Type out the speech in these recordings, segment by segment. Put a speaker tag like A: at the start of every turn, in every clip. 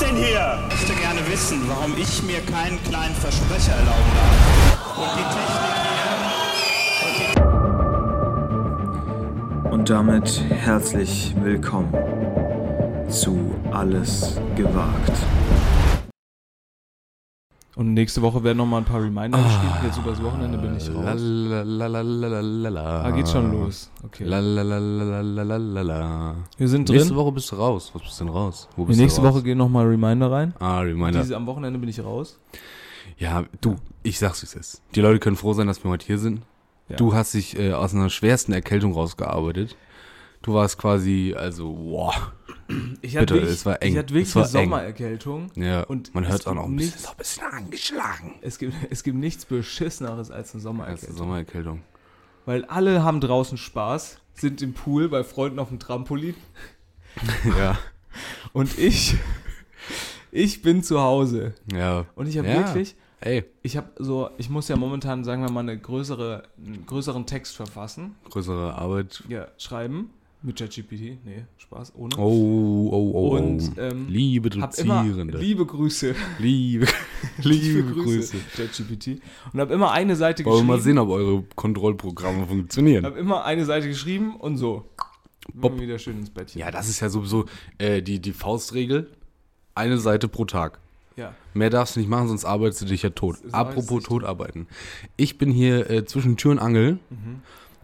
A: denn hier? Ich möchte gerne wissen, warum ich mir keinen kleinen Versprecher erlauben darf. Und die Technik hier.
B: Und damit herzlich willkommen zu Alles gewagt.
C: Und nächste Woche werden nochmal ein paar Reminder
D: Ah,
C: geschrieben. Jetzt übers Wochenende bin ich
D: La
C: raus.
D: la la la la la la la.
C: Ah, geht schon los. Okay.
D: La la la la la la la la.
C: Wir sind drin.
D: Nächste Woche bist du raus. Was bist du denn raus? Wo
C: Die
D: bist
C: nächste
D: du raus?
C: Woche gehen nochmal Reminder rein.
D: Ah, Reminder.
C: Diese, am Wochenende bin ich raus.
D: Ja, du, ich sag's wie es ist. Die Leute können froh sein, dass wir heute hier sind.
C: Ja.
D: Du hast dich äh, aus einer schwersten Erkältung rausgearbeitet. Du warst quasi, also, boah.
C: Ich hatte
D: Bitte,
C: wirklich,
D: es war eng.
C: Ich hatte wirklich
D: Es war
C: eine
D: eng.
C: Sommererkältung.
D: Ja,
C: Und
D: man
C: es
D: hört auch
C: gibt
D: noch ein bisschen,
C: nichts-
D: ist auch ein bisschen angeschlagen.
C: Es gibt, es gibt nichts Beschisseneres als eine
D: Das ist eine
C: Sommererkältung.
D: Also, Sommererkältung.
C: Weil alle haben draußen Spaß, sind im Pool bei Freunden auf dem Trampolin.
D: ja,
C: Und ich, ich bin zu Hause.
D: ja.
C: Und ich habe
D: ja.
C: wirklich,
D: Ey,
C: ich habe so, ich muss ja momentan, sagen wir mal, eine größere, einen größeren Text verfassen.
D: größere Arbeit.
C: Ja, schreiben. Mit ChatGPT. Nee, Spaß, ohne.
D: Oh, oh, oh, oh.
C: Und, ähm,
D: liebe
C: Hab immer
D: Dozierende.
C: liebe Grüße.
D: liebe, liebe Grüße.
C: ChatGPT. Und habe immer eine Seite
D: Wollen wir mal
C: geschrieben.
D: sehen, ob eure Kontrollprogramme funktionieren.
C: Habe immer eine Seite geschrieben und so.
D: Bob.
C: Bob. Wieder schön ins Bettchen.
D: Ja, das ist ja sowieso äh, die, die Faustregel. Eine Seite pro Tag.
C: ja.
D: Mehr darfst du nicht machen, sonst arbeitest du dich ja tot.
C: ist
D: Apropos
C: richtig.
D: tot arbeiten. Ich bin hier äh, zwischen Tür und Angel.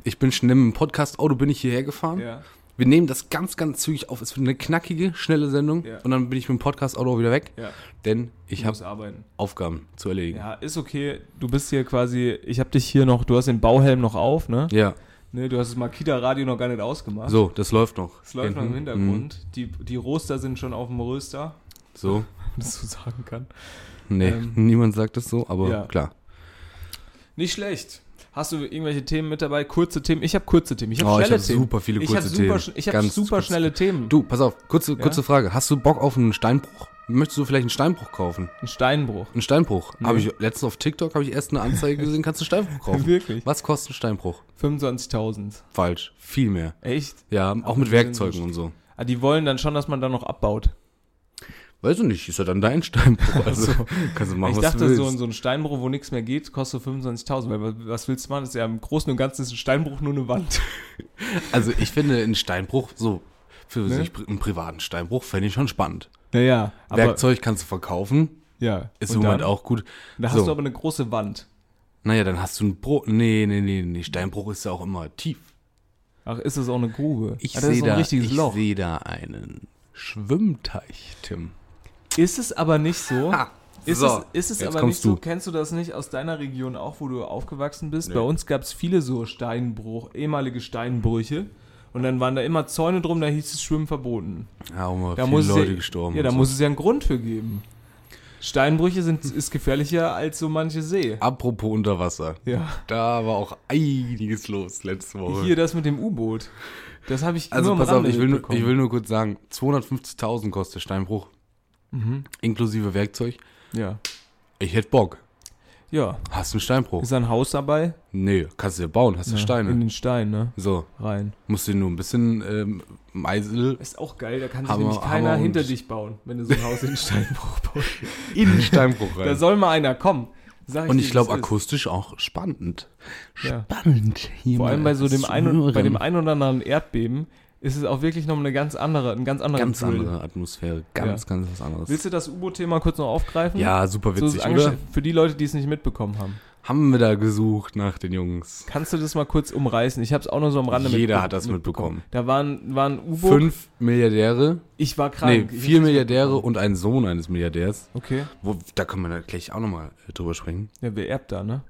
D: Ich bin schnell mit dem Podcast-Auto Oh, bin ich hierher gefahren.
C: Mhm. Ja.
D: Wir nehmen das ganz, ganz zügig auf. Es wird eine knackige, schnelle Sendung.
C: Ja.
D: Und dann bin ich mit dem Podcast-Auto auch wieder weg.
C: Ja.
D: Denn ich
C: Ich
D: habe
C: muss arbeiten.
D: Aufgaben zu erledigen.
C: Ja, ist okay. Du bist hier quasi, ich habe dich hier noch, du hast den Bauhelm noch auf, ne?
D: Ja.
C: ne du hast das Makita-Radio noch gar nicht ausgemacht.
D: So, Mhm. das läuft noch.
C: Es läuft noch im
D: Hinten.
C: Hintergrund. Die, die Roaster sind schon auf dem Röster,
D: Mhm. So.
C: wenn man das so sagen kann.
D: Nee,
C: Ähm,
D: niemand sagt das so, aber
C: ja.
D: klar.
C: Nicht schlecht. Hast du irgendwelche Themen mit dabei? Kurze Themen? Ich habe kurze Themen. Ich habe
D: Oh, ich
C: schnelle
D: hab
C: Themen.
D: super viele
C: ich
D: kurze
C: hab super,
D: Themen.
C: schn- Ich habe
D: Ganz
C: super
D: kurze
C: schnelle Themen.
D: Du, pass auf, kurze, kurze Frage. Hast du Bock auf einen Steinbruch? Möchtest du vielleicht einen Steinbruch kaufen?
C: Ein Steinbruch.
D: Einen Steinbruch. Habe ich letztens auf TikTok habe ich erst eine Anzeige gesehen, kannst du einen Steinbruch kaufen.
C: Wirklich?
D: Was kostet ein Steinbruch?
C: 25.000.
D: Falsch. Viel mehr.
C: Echt?
D: Ja, auch mit
C: wir sind
D: Werkzeugen und so.
C: Ah, die wollen dann schon, dass man da noch abbaut.
D: Weiß ich nicht, ist ja dann dein Steinbruch. Also kannst du machen,
C: ich
D: was du
C: dachte,
D: willst.
C: so, ein- so ein Steinbruch, wo nichts mehr geht, kostet 25.000. Weil wa- was willst du machen? Das ist ja im Großen und Ganzen ist ein Steinbruch nur eine Wand.
D: also ich finde einen Steinbruch so für
C: Ne?
D: sich pri- einen privaten Steinbruch fände ich schon spannend.
C: Naja, aber
D: Werkzeug kannst du verkaufen,
C: ja.
D: ist
C: Und
D: im Moment
C: dann?
D: auch gut.
C: Da hast
D: so.
C: du aber eine große Wand.
D: Naja, dann hast du einen Bruch. Nee, nee, nee, nee. Steinbruch ist ja auch immer tief.
C: Ach, ist das auch eine Grube?
D: Ich
C: ah, das
D: sehe
C: ist so ein
D: da,
C: richtiges
D: ich
C: Loch.
D: sehe da einen Schwimmteich, Tim.
C: Ist es aber nicht so.
D: Ha,
C: Ist
D: so,
C: es, ist es
D: jetzt
C: aber
D: kommst
C: nicht so,
D: du.
C: kennst du das nicht aus deiner Region auch, wo du aufgewachsen bist? Bei uns gab es viele so Steinbruch, ehemalige Steinbrüche. Und dann waren da immer Zäune drum, da hieß es Schwimmen verboten.
D: Ja, haben wir
C: Da
D: viele
C: muss es
D: Leute
C: ja,
D: gestorben.
C: Ja, da
D: und so.
C: muss es ja einen Grund für geben. Steinbrüche sind ist gefährlicher als so manche See.
D: Apropos Unterwasser.
C: Ja.
D: Da war auch einiges los letzte Woche.
C: Hier das mit dem U-Boot. Das habe ich
D: also
C: nur am
D: pass auf,
C: Rande
D: ich will, nur,
C: mitbekommen.
D: ich will nur kurz sagen, 250.000 kostet der Steinbruch.
C: Mhm.
D: Inklusive Werkzeug.
C: Ja.
D: Ich hätte Bock.
C: Ja.
D: Hast du einen Steinbruch?
C: Ist da ein Haus dabei?
D: Nee, kannst du dir bauen, hast du
C: In
D: Steine.
C: den Stein, ne?
D: So,
C: Rein.
D: musst du nur ein bisschen ähm, Meisel
C: Ist auch geil, da kann sich
D: Hammer,
C: nämlich keiner
D: Hammer und-
C: hinter dich bauen, wenn du so ein Haus in Steinbruch baust.
D: in den Steinbruch rein.
C: Da soll mal einer kommen. Sag
D: Und
C: dir,
D: ich glaube,
C: wie es ist.
D: akustisch auch spannend.
C: Ja.
D: Spannend. Hier
C: Vor allem bei so dem einen,
D: einen,
C: bei dem einen oder anderen Erdbeben ist es auch wirklich noch eine ganz andere, ein ganz anderer
D: ganz
C: Thrill.
D: andere Atmosphäre, ganz,
C: Ja.
D: ganz was anderes.
C: Willst du das U-Boot-Thema kurz noch aufgreifen?
D: ja, super
C: so ist
D: witzig,
C: es
D: oder?
C: angesch- Für die Leute, die es nicht mitbekommen haben.
D: Haben wir da gesucht nach den Jungs?
C: Kannst du das mal kurz umreißen? Ich habe es auch nur so am Rande
D: Jeder
C: mitbe-
D: hat das mitbekommen.
C: Da waren, waren U-Boot.
D: Fünf Milliardäre,
C: Ich war krank.
D: nee,
C: Ich
D: vier
C: hab's-
D: Milliardäre und ein Sohn eines Milliardärs.
C: Okay.
D: Wo, da können wir da gleich auch nochmal drüber sprechen.
C: Ja, wer erbt da, ne?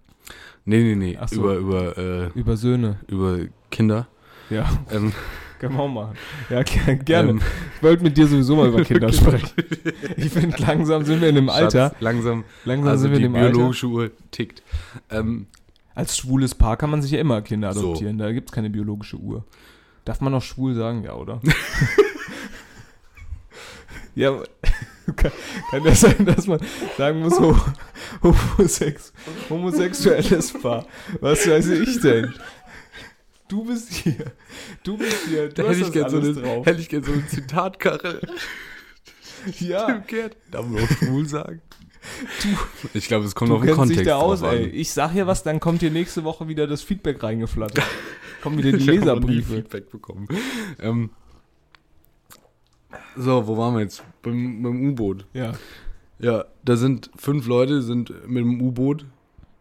D: Nee, nee, nee,
C: Ach so.
D: über, über, äh,
C: Über Söhne.
D: über Kinder.
C: Ja,
D: Ähm,
C: können wir auch machen. Ja, ger- gerne.
D: Ähm.
C: Ich wollte mit dir sowieso mal über Kinder sprechen. Ich finde, langsam sind wir in einem Alter.
D: Genau. Schatz, langsam,
C: Langsam
D: also
C: sind wir
D: die
C: in dem Alter.
D: biologische Uhr tickt. Ähm,
C: Als schwules Paar kann man sich ja immer Kinder
D: So.
C: adoptieren. Da gibt es keine biologische Uhr. Darf man noch schwul sagen? Ja, oder? ja, aber- kann, kann das sein, dass man sagen muss, ho homosex homosexuelles Paar? Was weiß ich denn? Du bist hier. Du bist hier. Du
D: Da hätte ich,
C: das
D: gern so
C: alles
D: eine, hätte ich gern so eine Zitatkachel.
C: Ja,
D: Gerd. Darf man auch schwul sagen? Ich glaube, es kommt
C: du
D: auf den
C: kennst dich
D: Kontext
C: da aus,
D: drauf an.
C: ey. Ich sag hier was, dann kommt hier nächste Woche wieder das Feedback reingeflattert. Kommen wieder die Leserbriefe.
D: Feedback bekommen. Ähm, so, wo waren wir jetzt? Beim, beim U-Boot.
C: Ja.
D: Ja, da sind fünf Leute sind mit dem U-Boot,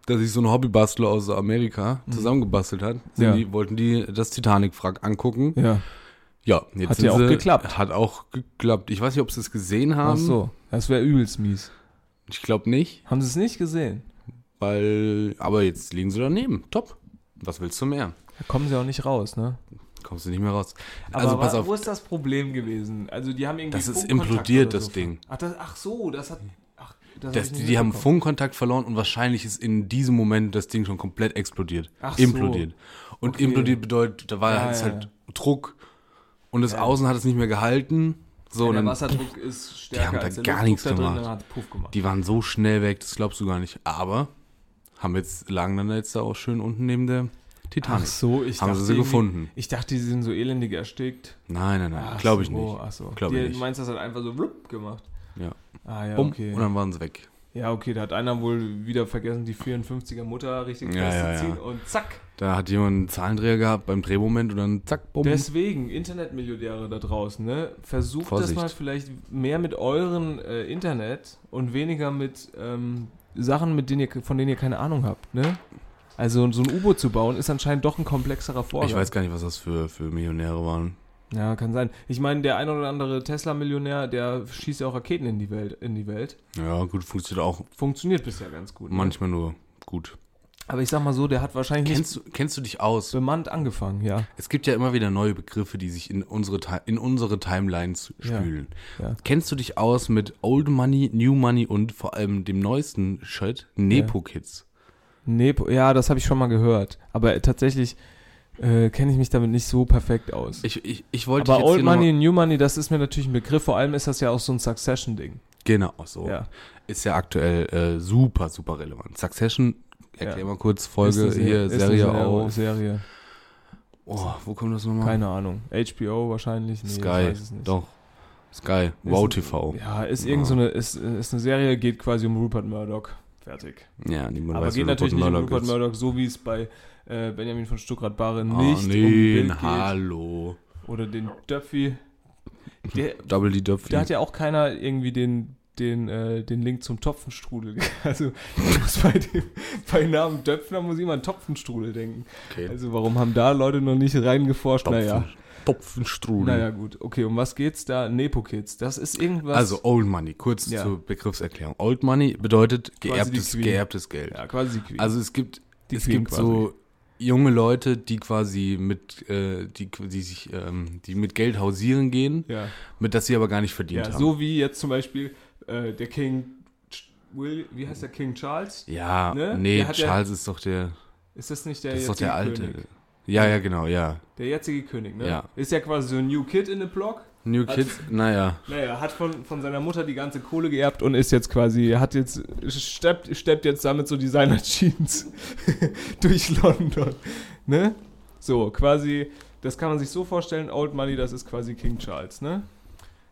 D: das sich so ein Hobbybastler aus Amerika zusammengebastelt hat. Sind
C: Mhm. Ja.
D: die, wollten die das Titanic-Wrack angucken.
C: Ja.
D: Ja, jetzt
C: Hat
D: sind
C: ja auch
D: sie-
C: geklappt.
D: Hat auch geklappt. Ich weiß nicht, ob sie es gesehen haben.
C: Ach so, das wäre übelst mies.
D: Ich glaube nicht,
C: Haben sie es nicht gesehen?
D: weil. Aber jetzt liegen sie daneben. Top. Was willst du mehr?
C: Da kommen sie auch nicht raus, ne?
D: Kommst du nicht mehr raus.
C: Aber
D: also pass
C: wa-
D: auf.
C: wo ist das Problem gewesen? Also die haben irgendwie
D: Das ist
C: Funkkontakt
D: implodiert,
C: oder
D: das Ding.
C: Ach, das, ach so, das hat ach, das hab
D: Das,
C: ich nicht
D: die, die haben
C: mitbekommen.
D: Funkkontakt verloren und wahrscheinlich ist in diesem Moment das Ding schon komplett explodiert.
C: Ach so.
D: implodiert. Und implodiert bedeutet, da war
C: Ja,
D: halt,
C: ja,
D: halt Druck und das Außen hat es nicht mehr gehalten. So,
C: Der
D: und dann,
C: Wasserdruck ist
D: haben
C: stärker
D: da
C: als der
D: gar
C: Luftdruck
D: nichts
C: da drin,
D: gemacht.
C: dann hat's Puff gemacht.
D: die waren so schnell weg, das glaubst du gar nicht. Aber haben jetzt, lagen dann jetzt da auch schön unten neben der Titanic.
C: Ach so, ich
D: Haben
C: dachte
D: sie sie
C: irgendwie-
D: gefunden.
C: Ich dachte, die sind so elendig erstickt.
D: Nein, nein, nein,
C: Ach
D: glaube ich
C: so, Ah,
D: nicht.
C: Ach so.
D: Glaub
C: Die-
D: ich nicht.
C: Du meinst, das hat einfach so wupp gemacht.
D: Ja.
C: Ah ja,
D: Bumm,
C: okay.
D: Und dann waren sie weg.
C: Ja, okay, da hat einer wohl wieder vergessen, die 54er Mutter richtig
D: Ja, ja,
C: festzuziehen
D: ja.
C: und zack.
D: Da hat jemand einen Zahlendreher gehabt beim Drehmoment und dann zack, bumm.
C: Deswegen, Internetmilliardäre da draußen, ne? Versucht
D: Vorsicht.
C: das mal vielleicht mehr mit euren äh, Internet und weniger mit ähm, Sachen, mit denen ihr, von denen ihr keine Ahnung habt, ne? Also so ein U-Boot zu bauen, ist anscheinend doch ein komplexerer Vorgang.
D: ich weiß gar nicht, was das für, für Millionäre waren.
C: Ja, kann sein. Ich meine, der ein oder andere Tesla-Millionär, der schießt ja auch Raketen in die Welt. In die Welt.
D: Ja, gut, funktioniert auch
C: Funktioniert bisher ganz gut. ne?
D: manchmal nur gut.
C: Aber ich sag mal so, der hat wahrscheinlich nicht
D: Kennst du, kennst du dich aus?
C: bemannt angefangen, ja.
D: Es gibt ja immer wieder neue Begriffe, die sich in unsere, Ti- in unsere Timelines
C: Ja,
D: spülen.
C: ja.
D: Kennst du dich aus mit Old Money, New Money und vor allem dem neuesten Shit, Nepo-Kids?
C: Nee, po- ja, das habe ich schon mal gehört. Aber tatsächlich äh, kenne ich mich damit nicht so perfekt aus.
D: Ich, ich, ich wollte
C: Aber
D: dich jetzt
C: Old
D: hier noch
C: Money,
D: mal-
C: New Money, das ist mir natürlich ein Begriff. Vor allem ist das ja auch so ein Succession-Ding.
D: Genau, so.
C: Ja.
D: Ist ja aktuell äh, super, super relevant. Succession, erklär
C: Ja.
D: mal kurz,
C: Ist
D: Folge
C: eine Se-
D: hier,
C: ist eine
D: Serie
C: Serie-
D: auf.
C: Serie.
D: Oh, wo kommt das nochmal?
C: Keine Ahnung. HBO wahrscheinlich. Nee, Ich
D: Sky,
C: weiß es nicht.
D: doch. Sky, Wow TV.
C: Ja, ist irgend so eine, ist, ist eine Serie, geht quasi um Rupert Murdoch. Fertig.
D: Ja, niemand
C: Aber
D: weiß,
C: geht
D: wer Rupert
C: natürlich nicht um
D: Murdoch
C: Rupert
D: ist.
C: Murdoch, so wie es bei äh, Benjamin von Stuckrad-Barre
D: Ah,
C: nicht um
D: nein,
C: Bild geht.
D: hallo.
C: Oder den Döpfi. Der,
D: Double D Döpfli.
C: Da hat ja auch keiner irgendwie den, den, äh, den Link zum Topfenstrudel. ge- Also ich muss bei dem bei Namen Döpfner muss ich immer an Topfenstrudel denken.
D: okay.
C: Also warum haben da Leute noch nicht reingeforscht?
D: Topfen,
C: Naja.
D: Topfenstrudel.
C: Naja, gut. Okay, um was geht's da? Nepo-Kids. Das ist irgendwas.
D: also Old Money, kurz
C: Ja.
D: zur Begriffserklärung. Old Money bedeutet
C: die
D: geerbtes,
C: Queen.
D: geerbtes Geld.
C: ja, quasi die Queen.
D: Also es gibt,
C: Die
D: es
C: Queen
D: gibt so junge Leute, die quasi mit, äh, die, die sich, ähm, die mit Geld hausieren gehen,
C: ja.
D: mit das sie aber gar nicht verdient
C: ja,
D: haben.
C: so wie jetzt zum Beispiel äh, der King. Ch- Will, wie heißt der King Charles?
D: ja,
C: Ne?
D: nee,
C: Der hat ja-
D: Charles ist doch der,
C: Ist das nicht der
D: das ist doch
C: jetzige
D: der alte.
C: König?
D: Ja, ja, genau, ja.
C: Der jetzige König, ne?
D: Ja.
C: Ist ja quasi so ein New Kid in the Block.
D: New
C: Hat-
D: Kids, naja.
C: Naja, hat von, von seiner Mutter die ganze Kohle geerbt und ist jetzt quasi, hat jetzt, steppt, steppt jetzt damit so Designer-Jeans durch London. Ne? So, quasi, das kann man sich so vorstellen, Old Money, das ist quasi King Charles, ne?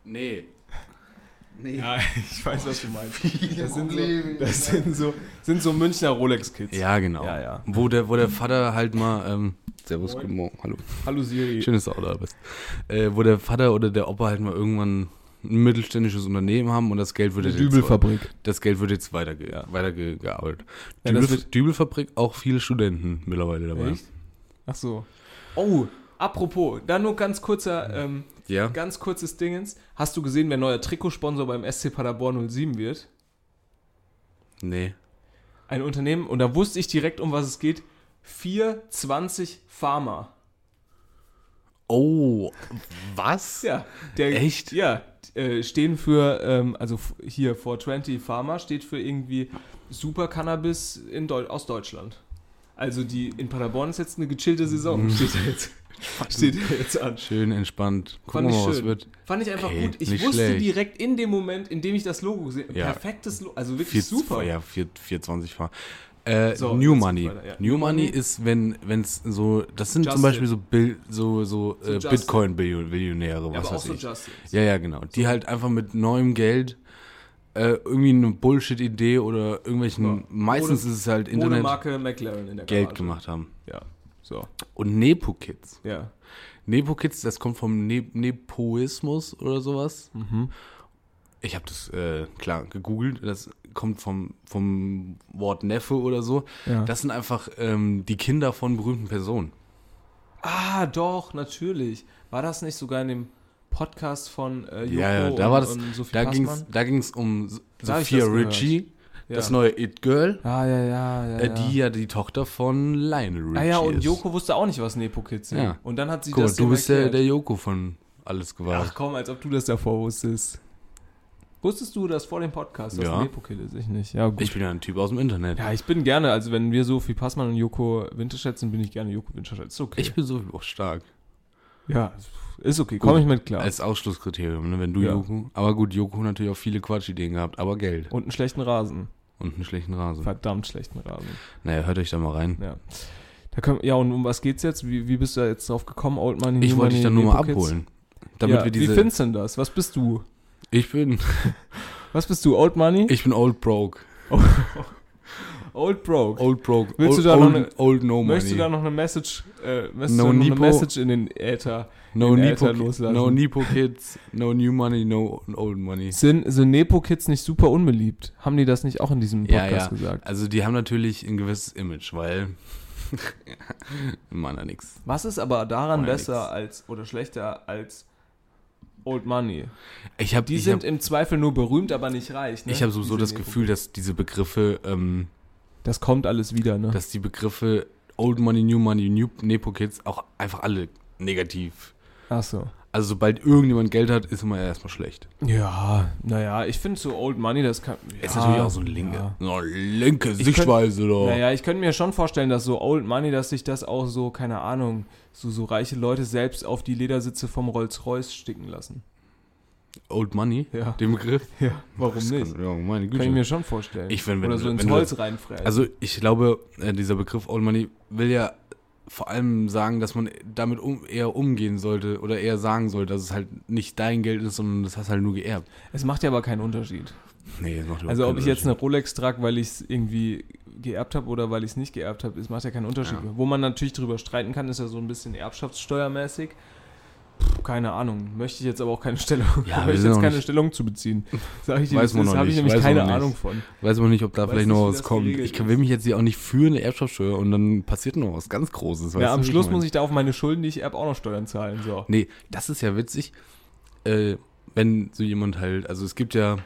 D: Nee. Nee.
C: Ja, ich weiß, was du meinst. Das sind so, das sind so, sind so Münchner Rolex-Kids.
D: Ja, genau.
C: Ja, ja.
D: Wo, der, wo der Vater halt mal, ähm, Servus,
C: Moin.
D: guten Morgen, hallo.
C: Hallo Siri.
D: Schön, dass du auch da bist. Äh, wo der Vater oder der Opa halt mal irgendwann ein mittelständisches Unternehmen haben und das Geld wird jetzt, das Geld wird jetzt weiterge
C: Ja.
D: weitergearbeitet.
C: Ja,
D: Dübel,
C: das wird-
D: Dübelfabrik, auch viele Studenten mittlerweile dabei.
C: Echt? Ach so. Oh, apropos, da nur ganz kurzer, ähm,
D: Ja.
C: Ganz kurzes Dingens. Hast du gesehen, wer neuer Trikotsponsor beim SC Paderborn 07 wird?
D: Nee.
C: Ein Unternehmen, und da wusste ich direkt, um was es geht. 420 Pharma.
D: Oh, was?
C: Ja, der,
D: Echt?
C: Ja, äh, stehen für, ähm, also f- hier 420 Pharma steht für irgendwie Super Cannabis in Deu aus Deutschland. Also die in Paderborn ist jetzt eine gechillte
D: Mhm.
C: Saison, steht da jetzt, steht da jetzt an.
D: Schön entspannt. Gucken
C: Fand
D: wir
C: ich
D: mal, was
C: schön.
D: wird.
C: Fand ich einfach
D: Okay,
C: gut. Ich
D: nicht
C: wusste
D: schlecht.
C: direkt in dem Moment, in dem ich das Logo sehe,
D: Ja.
C: perfektes Logo, also wirklich
D: Vier,
C: super.
D: Ja, 420 fahren. Äh,
C: So,
D: New
C: jetzt
D: Money.
C: geht's weiter, ja.
D: New Money ist, wenn es so, das sind
C: Justin.
D: zum Beispiel so, Bil so, so, äh,
C: Justin.
D: Bitcoin-Billionäre, was
C: aber auch
D: weiß
C: so
D: ich.
C: Justin.
D: Ja, ja, genau. Die halt einfach mit neuem Geld äh, irgendwie eine Bullshit-Idee oder irgendwelchen,
C: Ja.
D: meistens ist es halt Internet,
C: Modemarke McLaren in der
D: Geld
C: Garage.
D: gemacht haben.
C: Ja, so,
D: Und Nepo-Kids.
C: ja.
D: Nepo-Kids, das kommt vom ne Nepoismus oder sowas. Ich habe das, äh, klar, gegoogelt. Das kommt vom, vom Wort Neffe oder so.
C: Ja.
D: Das sind einfach ähm, die Kinder von berühmten Personen.
C: Ah, doch, natürlich. War das nicht sogar in dem Podcast von äh, Joko
D: Ja, ja, da war das,
C: und, und Sophie
D: da ging's,
C: Passmann?
D: da ging's um S-
C: Da hab ich
D: Sophia
C: das gehört.
D: Ritchie,
C: Ja.
D: das neue It-Girl,
C: Ah, ja, ja, ja.
D: äh, die ja die Tochter von Lionel Ritchie
C: Ah ja, und
D: ist.
C: Joko wusste auch nicht, was Nepo-Kids sind.
D: Ja.
C: Und dann hat sie
D: Guck mal,
C: das
D: du
C: ihm
D: bist der,
C: erklärt.
D: der Joko von Alles
C: Ach
D: Gewalt.
C: komm, als ob du das davor wusstest. Wusstest du das vor dem Podcast, dass
D: Ja.
C: Nepo-Kid ist? Ich nicht. Ja, gut.
D: Ich bin ja ein Typ aus dem Internet.
C: ja, ich bin gerne, also wenn wir Sophie Passmann und Joko Winter schätzen, bin ich gerne Joko Winter schätzen. Ist okay.
D: Ich bin so auch stark.
C: ja, ist okay, komme ich mit klar.
D: Als Ausschlusskriterium, ne, wenn du
C: Ja.
D: Joko. Aber gut, Joko hat natürlich auch viele Quatschideen gehabt, aber Geld
C: und einen schlechten Rasen.
D: und einen schlechten Rasen.
C: Verdammt schlechten Rasen.
D: Naja, hört euch da mal rein.
C: Ja. Da können, ja, und um was geht's jetzt? Wie, wie bist du da jetzt drauf gekommen, Old Money?
D: Ich
C: New
D: wollte dich
C: Money,
D: dann nur mal
C: Nepo-Kids?
D: abholen. Damit
C: ja,
D: wir
C: wie
D: diese.
C: findest du denn das? Was bist du?
D: Ich bin,
C: Was bist du? Old Money?
D: ich bin old broke.
C: Old Broke.
D: Old broke.
C: Willst
D: old,
C: du da noch
D: old,
C: eine-
D: old no money.
C: Möchtest du da noch eine Message, äh, möchtest du
D: No
C: da noch eine
D: Nepo.
C: Message in den Äther?
D: No
C: den
D: Nepo,
C: Eltern loslassen.
D: no Nepo Kids, no new money, no old money.
C: Sind, sind Nepo-Kids nicht super unbeliebt? Haben die das nicht auch in diesem
D: Ja,
C: Podcast
D: ja.
C: gesagt?
D: Also die haben natürlich ein gewisses Image, weil man da nix.
C: Was ist aber daran
D: Oder
C: besser
D: nix.
C: als oder schlechter als Old Money?
D: Ich habe
C: Die
D: ich
C: sind
D: hab,
C: im Zweifel nur berühmt, aber nicht reich. Ne?
D: ich hab sowieso
C: Diese
D: das
C: Nepo-Kids.
D: Gefühl, dass diese Begriffe, ähm,
C: Das kommt alles wieder, ne?
D: dass die Begriffe Old Money, New Money, New Nepo Kids auch einfach alle negativ.
C: Ach so.
D: Also sobald irgendjemand Geld hat, ist immer erstmal schlecht.
C: Ja, naja, ich finde so Old Money, das kann. Ja,
D: ist natürlich auch so eine linke,
C: Ah. ja.
D: so eine linke
C: könnt-
D: Sichtweise doch.
C: Naja, ich könnte mir schon vorstellen, dass so Old Money, dass sich das auch so, keine Ahnung, so, so reiche Leute selbst auf die Ledersitze vom Rolls-Royce sticken lassen.
D: Old Money,
C: Ja.
D: den Begriff.
C: Ja, warum
D: Das
C: nicht?
D: kann- Ja, meine Güte.
C: Kann ich mir schon vorstellen.
D: Ich find, wenn
C: Oder
D: du-
C: so ins
D: wenn du-
C: Holz reinfräsen.
D: Also ich glaube, äh, dieser Begriff Old Money will ja vor allem sagen, dass man damit um, eher umgehen sollte oder eher sagen sollte, dass es halt nicht dein Geld ist, sondern das hast halt nur geerbt.
C: es macht ja aber keinen Unterschied.
D: Nee, das macht überhaupt
C: Also ob
D: keinen
C: ich jetzt eine
D: Unterschied.
C: Rolex trage, weil ich es irgendwie geerbt habe oder weil ich es nicht geerbt habe, es macht ja keinen Unterschied.
D: Ja.
C: Wo man natürlich drüber streiten kann, ist ja so ein bisschen erbschaftssteuermäßig. Pff, keine Ahnung, möchte ich jetzt aber auch keine Stellung,
D: Ja, wir
C: möchte ich
D: sind
C: jetzt
D: auch
C: keine
D: nicht-
C: Stellung zu beziehen. Sag ich dir,
D: Weiß
C: das
D: man noch
C: habe ich
D: nicht,
C: nämlich
D: weiß man
C: keine
D: noch nicht.
C: Ahnung von.
D: Weiß man nicht, ob da
C: Weiß
D: vielleicht
C: nicht,
D: noch
C: wie
D: was
C: das
D: kommt.
C: geregelt
D: Ich kann- will mich jetzt hier auch nicht für eine Erbschaftssteuer und dann passiert noch was ganz Großes.
C: Ja, am Schluss muss ich da auf meine Schulden, die ich erb, auch noch Steuern zahlen. So.
D: Nee, das ist ja witzig, äh, wenn so jemand halt, also es gibt ja,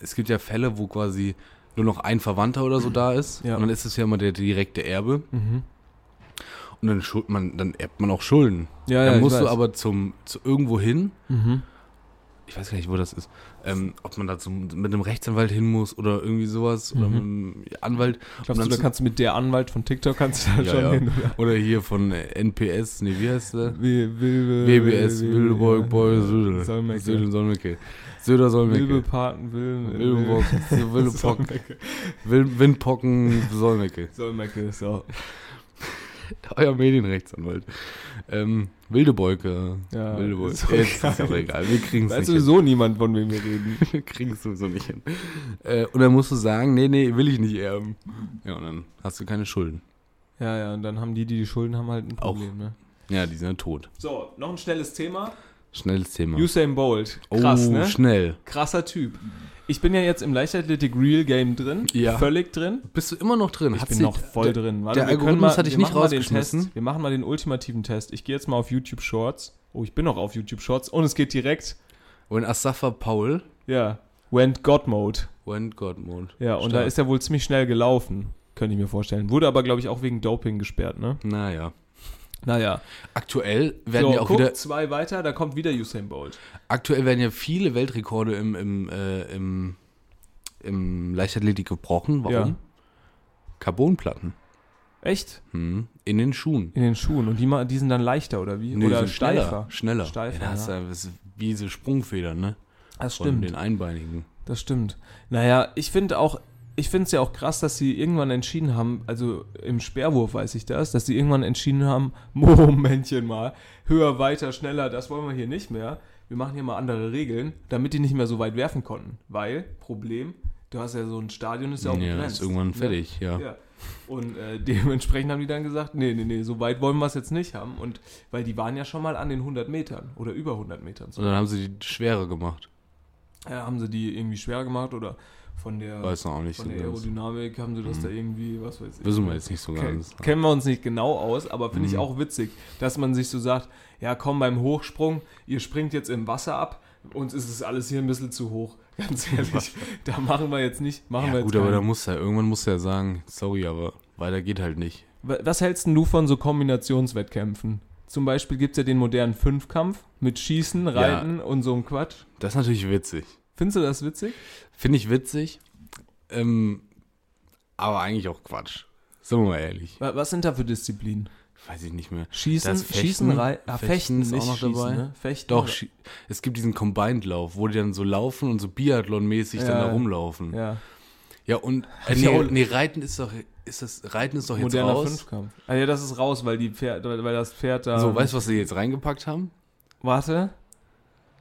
D: es gibt ja Fälle, wo quasi nur noch ein Verwandter oder so da ist
C: Ja.
D: und dann ist es ja immer der direkte Erbe.
C: Mhm.
D: Und dann, schuld man, dann erbt man auch Schulden.
C: Ja,
D: dann
C: ich
D: musst du
C: weiß.
D: aber zum, zu irgendwo hin,
C: Mhm.
D: ich weiß gar nicht, wo das ist, ähm, ob man da zum, mit einem Rechtsanwalt hin muss oder irgendwie sowas oder mit einem Anwalt. Und
C: Mhm. Glaubst du,
D: dann
C: da
D: zu-
C: kannst du mit der Anwalt von TikTok kannst du da
D: ja,
C: schon
D: ja.
C: hin, oder?
D: Oder hier von äh, NPS, nee, wie heißt der?
C: Wie- Wilbe-
D: WBS,
C: Wilbe-
D: Wildeborg,
C: ja.
D: Boy, Söder.
C: Solmecke.
D: Söder, Solmecke. Söder, Solmecke.
C: Wilbepaten, Wilbe,
D: Wildeborg, Willepock, Wil- Windpocken, Solmecke.
C: Solmecke, so.
D: Euer Medienrechtsanwalt. Ähm, Wildebolke.
C: Ja,
D: Wildebolke.
C: ist so
D: Jetzt ist
C: geil.
D: aber egal, wir kriegen es
C: Weiß
D: nicht
C: sowieso niemand, von wem wir reden.
D: hin. Wir kriegen es sowieso nicht hin. Äh, und dann musst du sagen, nee, nee, will ich nicht erben. Ja, und dann hast du keine Schulden.
C: Ja, ja, und dann haben die, die die Schulden haben, halt ein
D: Auch.
C: Problem, ne?
D: Ja, die sind ja tot.
C: So, noch ein schnelles Thema.
D: Schnelles Thema.
C: Usain Bolt. Krass,
D: oh,
C: ne?
D: schnell.
C: Krasser Typ. Ich bin ja jetzt im Leichtathletik Real Game drin.
D: Ja.
C: Völlig drin.
D: Bist du immer noch drin?
C: Ich
D: Hat
C: bin
D: sie-
C: noch voll drin. Warte,
D: der
C: wir können
D: Algorithmus hat dich
C: wir
D: nicht
C: machen mal den
D: rausgeschmissen.
C: Test. Wir machen mal den ultimativen Test. Ich gehe jetzt mal auf YouTube Shorts. Oh, ich bin noch auf YouTube Shorts. Und es geht direkt,
D: Und Asafa Paul
C: ja, Went God Mode.
D: went Godmond.
C: Ja, und da ist er wohl ziemlich schnell gelaufen, könnte ich mir vorstellen. Wurde aber, glaube ich, auch wegen Doping gesperrt, ne?
D: Naja.
C: Naja.
D: Aktuell werden
C: So,
D: ja auch
C: guck,
D: wieder.
C: zwei weiter, da kommt wieder Usain Bolt.
D: Aktuell werden ja viele Weltrekorde im, im, äh, im, im Leichtathletik gebrochen. Warum?
C: Ja.
D: Carbonplatten.
C: Echt?
D: Hm. In den Schuhen.
C: In den Schuhen. Und die, ma- die sind dann leichter, oder wie?
D: Nee,
C: oder
D: sind
C: steifer.
D: Schneller. schneller.
C: Steifer,
D: ja, da hast du ja. das ist wie diese Sprungfedern, ne?
C: Das
D: Von
C: stimmt.
D: den Einbeinigen.
C: Das stimmt. Naja, ich finde auch, ich finde es ja auch krass, dass sie irgendwann entschieden haben, also im Sperrwurf weiß ich das, dass sie irgendwann entschieden haben, Momentchen mal, höher, weiter, schneller, das wollen wir hier nicht mehr. Wir machen hier mal andere Regeln, damit die nicht mehr so weit werfen konnten. Weil, Problem, du hast ja so ein Stadion, ist ja auch
D: Ja,
C: begrenzt.
D: ist irgendwann
C: ne?
D: fertig, ja.
C: Ja. Und äh, dementsprechend haben die dann gesagt, nee, nee, nee, so weit wollen wir es jetzt nicht haben. Und weil die waren ja schon mal an den 100 Metern oder über 100 Metern.
D: Und
C: So.
D: dann haben sie die Schwere gemacht.
C: Ja, haben sie die irgendwie schwer gemacht oder von der,
D: Weiß noch auch nicht so
C: von der
D: ganz.
C: Aerodynamik haben sie das da irgendwie, was weiß ich.
D: Wissen Mhm. wir jetzt nicht so
C: Ke-
D: ganz.
C: Kennen wir uns nicht genau aus, aber finde ich auch witzig, dass man sich so sagt, ja komm beim Hochsprung, ihr springt jetzt im Wasser ab, uns ist es alles hier ein bisschen zu hoch. Ganz ehrlich, da machen wir jetzt nicht, machen wir
D: Ja,
C: jetzt
D: gut, aber
C: keinen-
D: da muss er, irgendwann muss er sagen, sorry, aber weiter geht halt nicht.
C: Wa- Was hältst denn du von so Kombinationswettkämpfen? Zum Beispiel gibt es ja den modernen Fünfkampf mit Schießen, Reiten und so einem Quatsch.
D: Das ist natürlich witzig.
C: Findest du das witzig?
D: Finde ich witzig, ähm, aber eigentlich auch Quatsch. Sind wir mal ehrlich.
C: Wa- Was sind da für Disziplinen?
D: Weiß ich nicht mehr.
C: Schießen,
D: Das Fechten.
C: Schießen, Reiten, ah, Fechten,
D: äh, Fechten ist
C: nicht
D: auch noch
C: Schießen,
D: dabei.
C: Ne? Fechten,
D: Doch, Schi- es gibt diesen Combined-Lauf, wo die dann so laufen und so Biathlon-mäßig dann
C: Ja.
D: da rumlaufen. Ja,
C: ja,
D: und äh,
C: ich
D: nee,
C: auch-
D: nee, Reiten ist doch, ist das, Reiten ist doch jetzt
C: moderner
D: raus.
C: Fünfkampf. Ah, ja, das ist raus, weil, die Pferd, weil das Pferd da...
D: So, weißt du, was sie jetzt reingepackt haben?
C: Warte,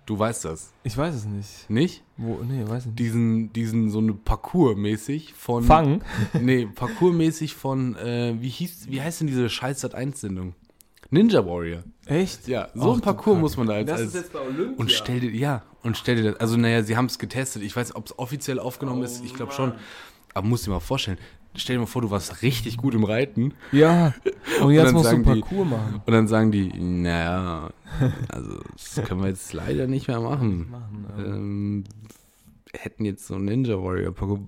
D: Du weißt das,
C: ich weiß es nicht.
D: nicht?
C: Wo, nee, weiß ich nicht.
D: Diesen, diesen, so eine Parcours-mäßig von.
C: Fang.
D: Nee, Parcours-mäßig von, äh, wie hieß, wie heißt denn diese scheiß Sat1-Sendung? Ninja Warrior.
C: Echt?
D: Ja, so
C: Ach,
D: ein
C: du
D: Parcours
C: Kacke.
D: muss man da als,
C: Das
D: als
C: ist jetzt bei Olympia.
D: Und stell dir, ja, und stell dir das, also naja, sie haben es getestet. Ich weiß, ob es offiziell aufgenommen ist, ich
C: Oh
D: glaube schon. Aber musst dir mal vorstellen, stell dir mal vor, du warst richtig gut im Reiten
C: ja, und
D: Und
C: jetzt
D: dann
C: musst du
D: sagen die-
C: Parcours machen.
D: und dann sagen die, naja, also das können wir jetzt leider nicht mehr machen. Ähm, hätten jetzt so einen Ninja Warrior Parcours.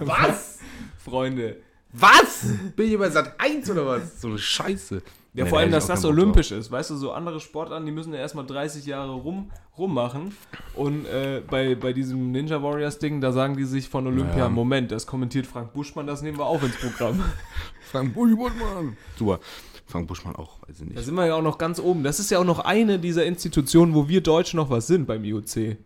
D: Was?
C: Freunde.
D: Was? Bin ich hier bei Sat 1 oder was? So eine Scheiße.
C: Ja,
D: Nee,
C: vor
D: da
C: allem,
D: hätte
C: dass
D: ich auch
C: das
D: keinen Bock
C: olympisch ist. Weißt du, so andere Sportarten, die müssen ja erstmal 30 Jahre rum, rummachen. Und äh, bei, bei diesem Ninja Warriors-Ding, da sagen die sich von Olympia,
D: Naja.
C: Moment, das kommentiert Frank Buschmann, das nehmen wir auch ins Programm.
D: drauf. Frank Buschmann. Super. Frank Buschmann auch, weiß ich
C: Da
D: nicht.
C: sind wir ja auch noch ganz oben. Das ist ja auch noch eine dieser Institutionen, wo wir Deutschen noch was sind beim IOC.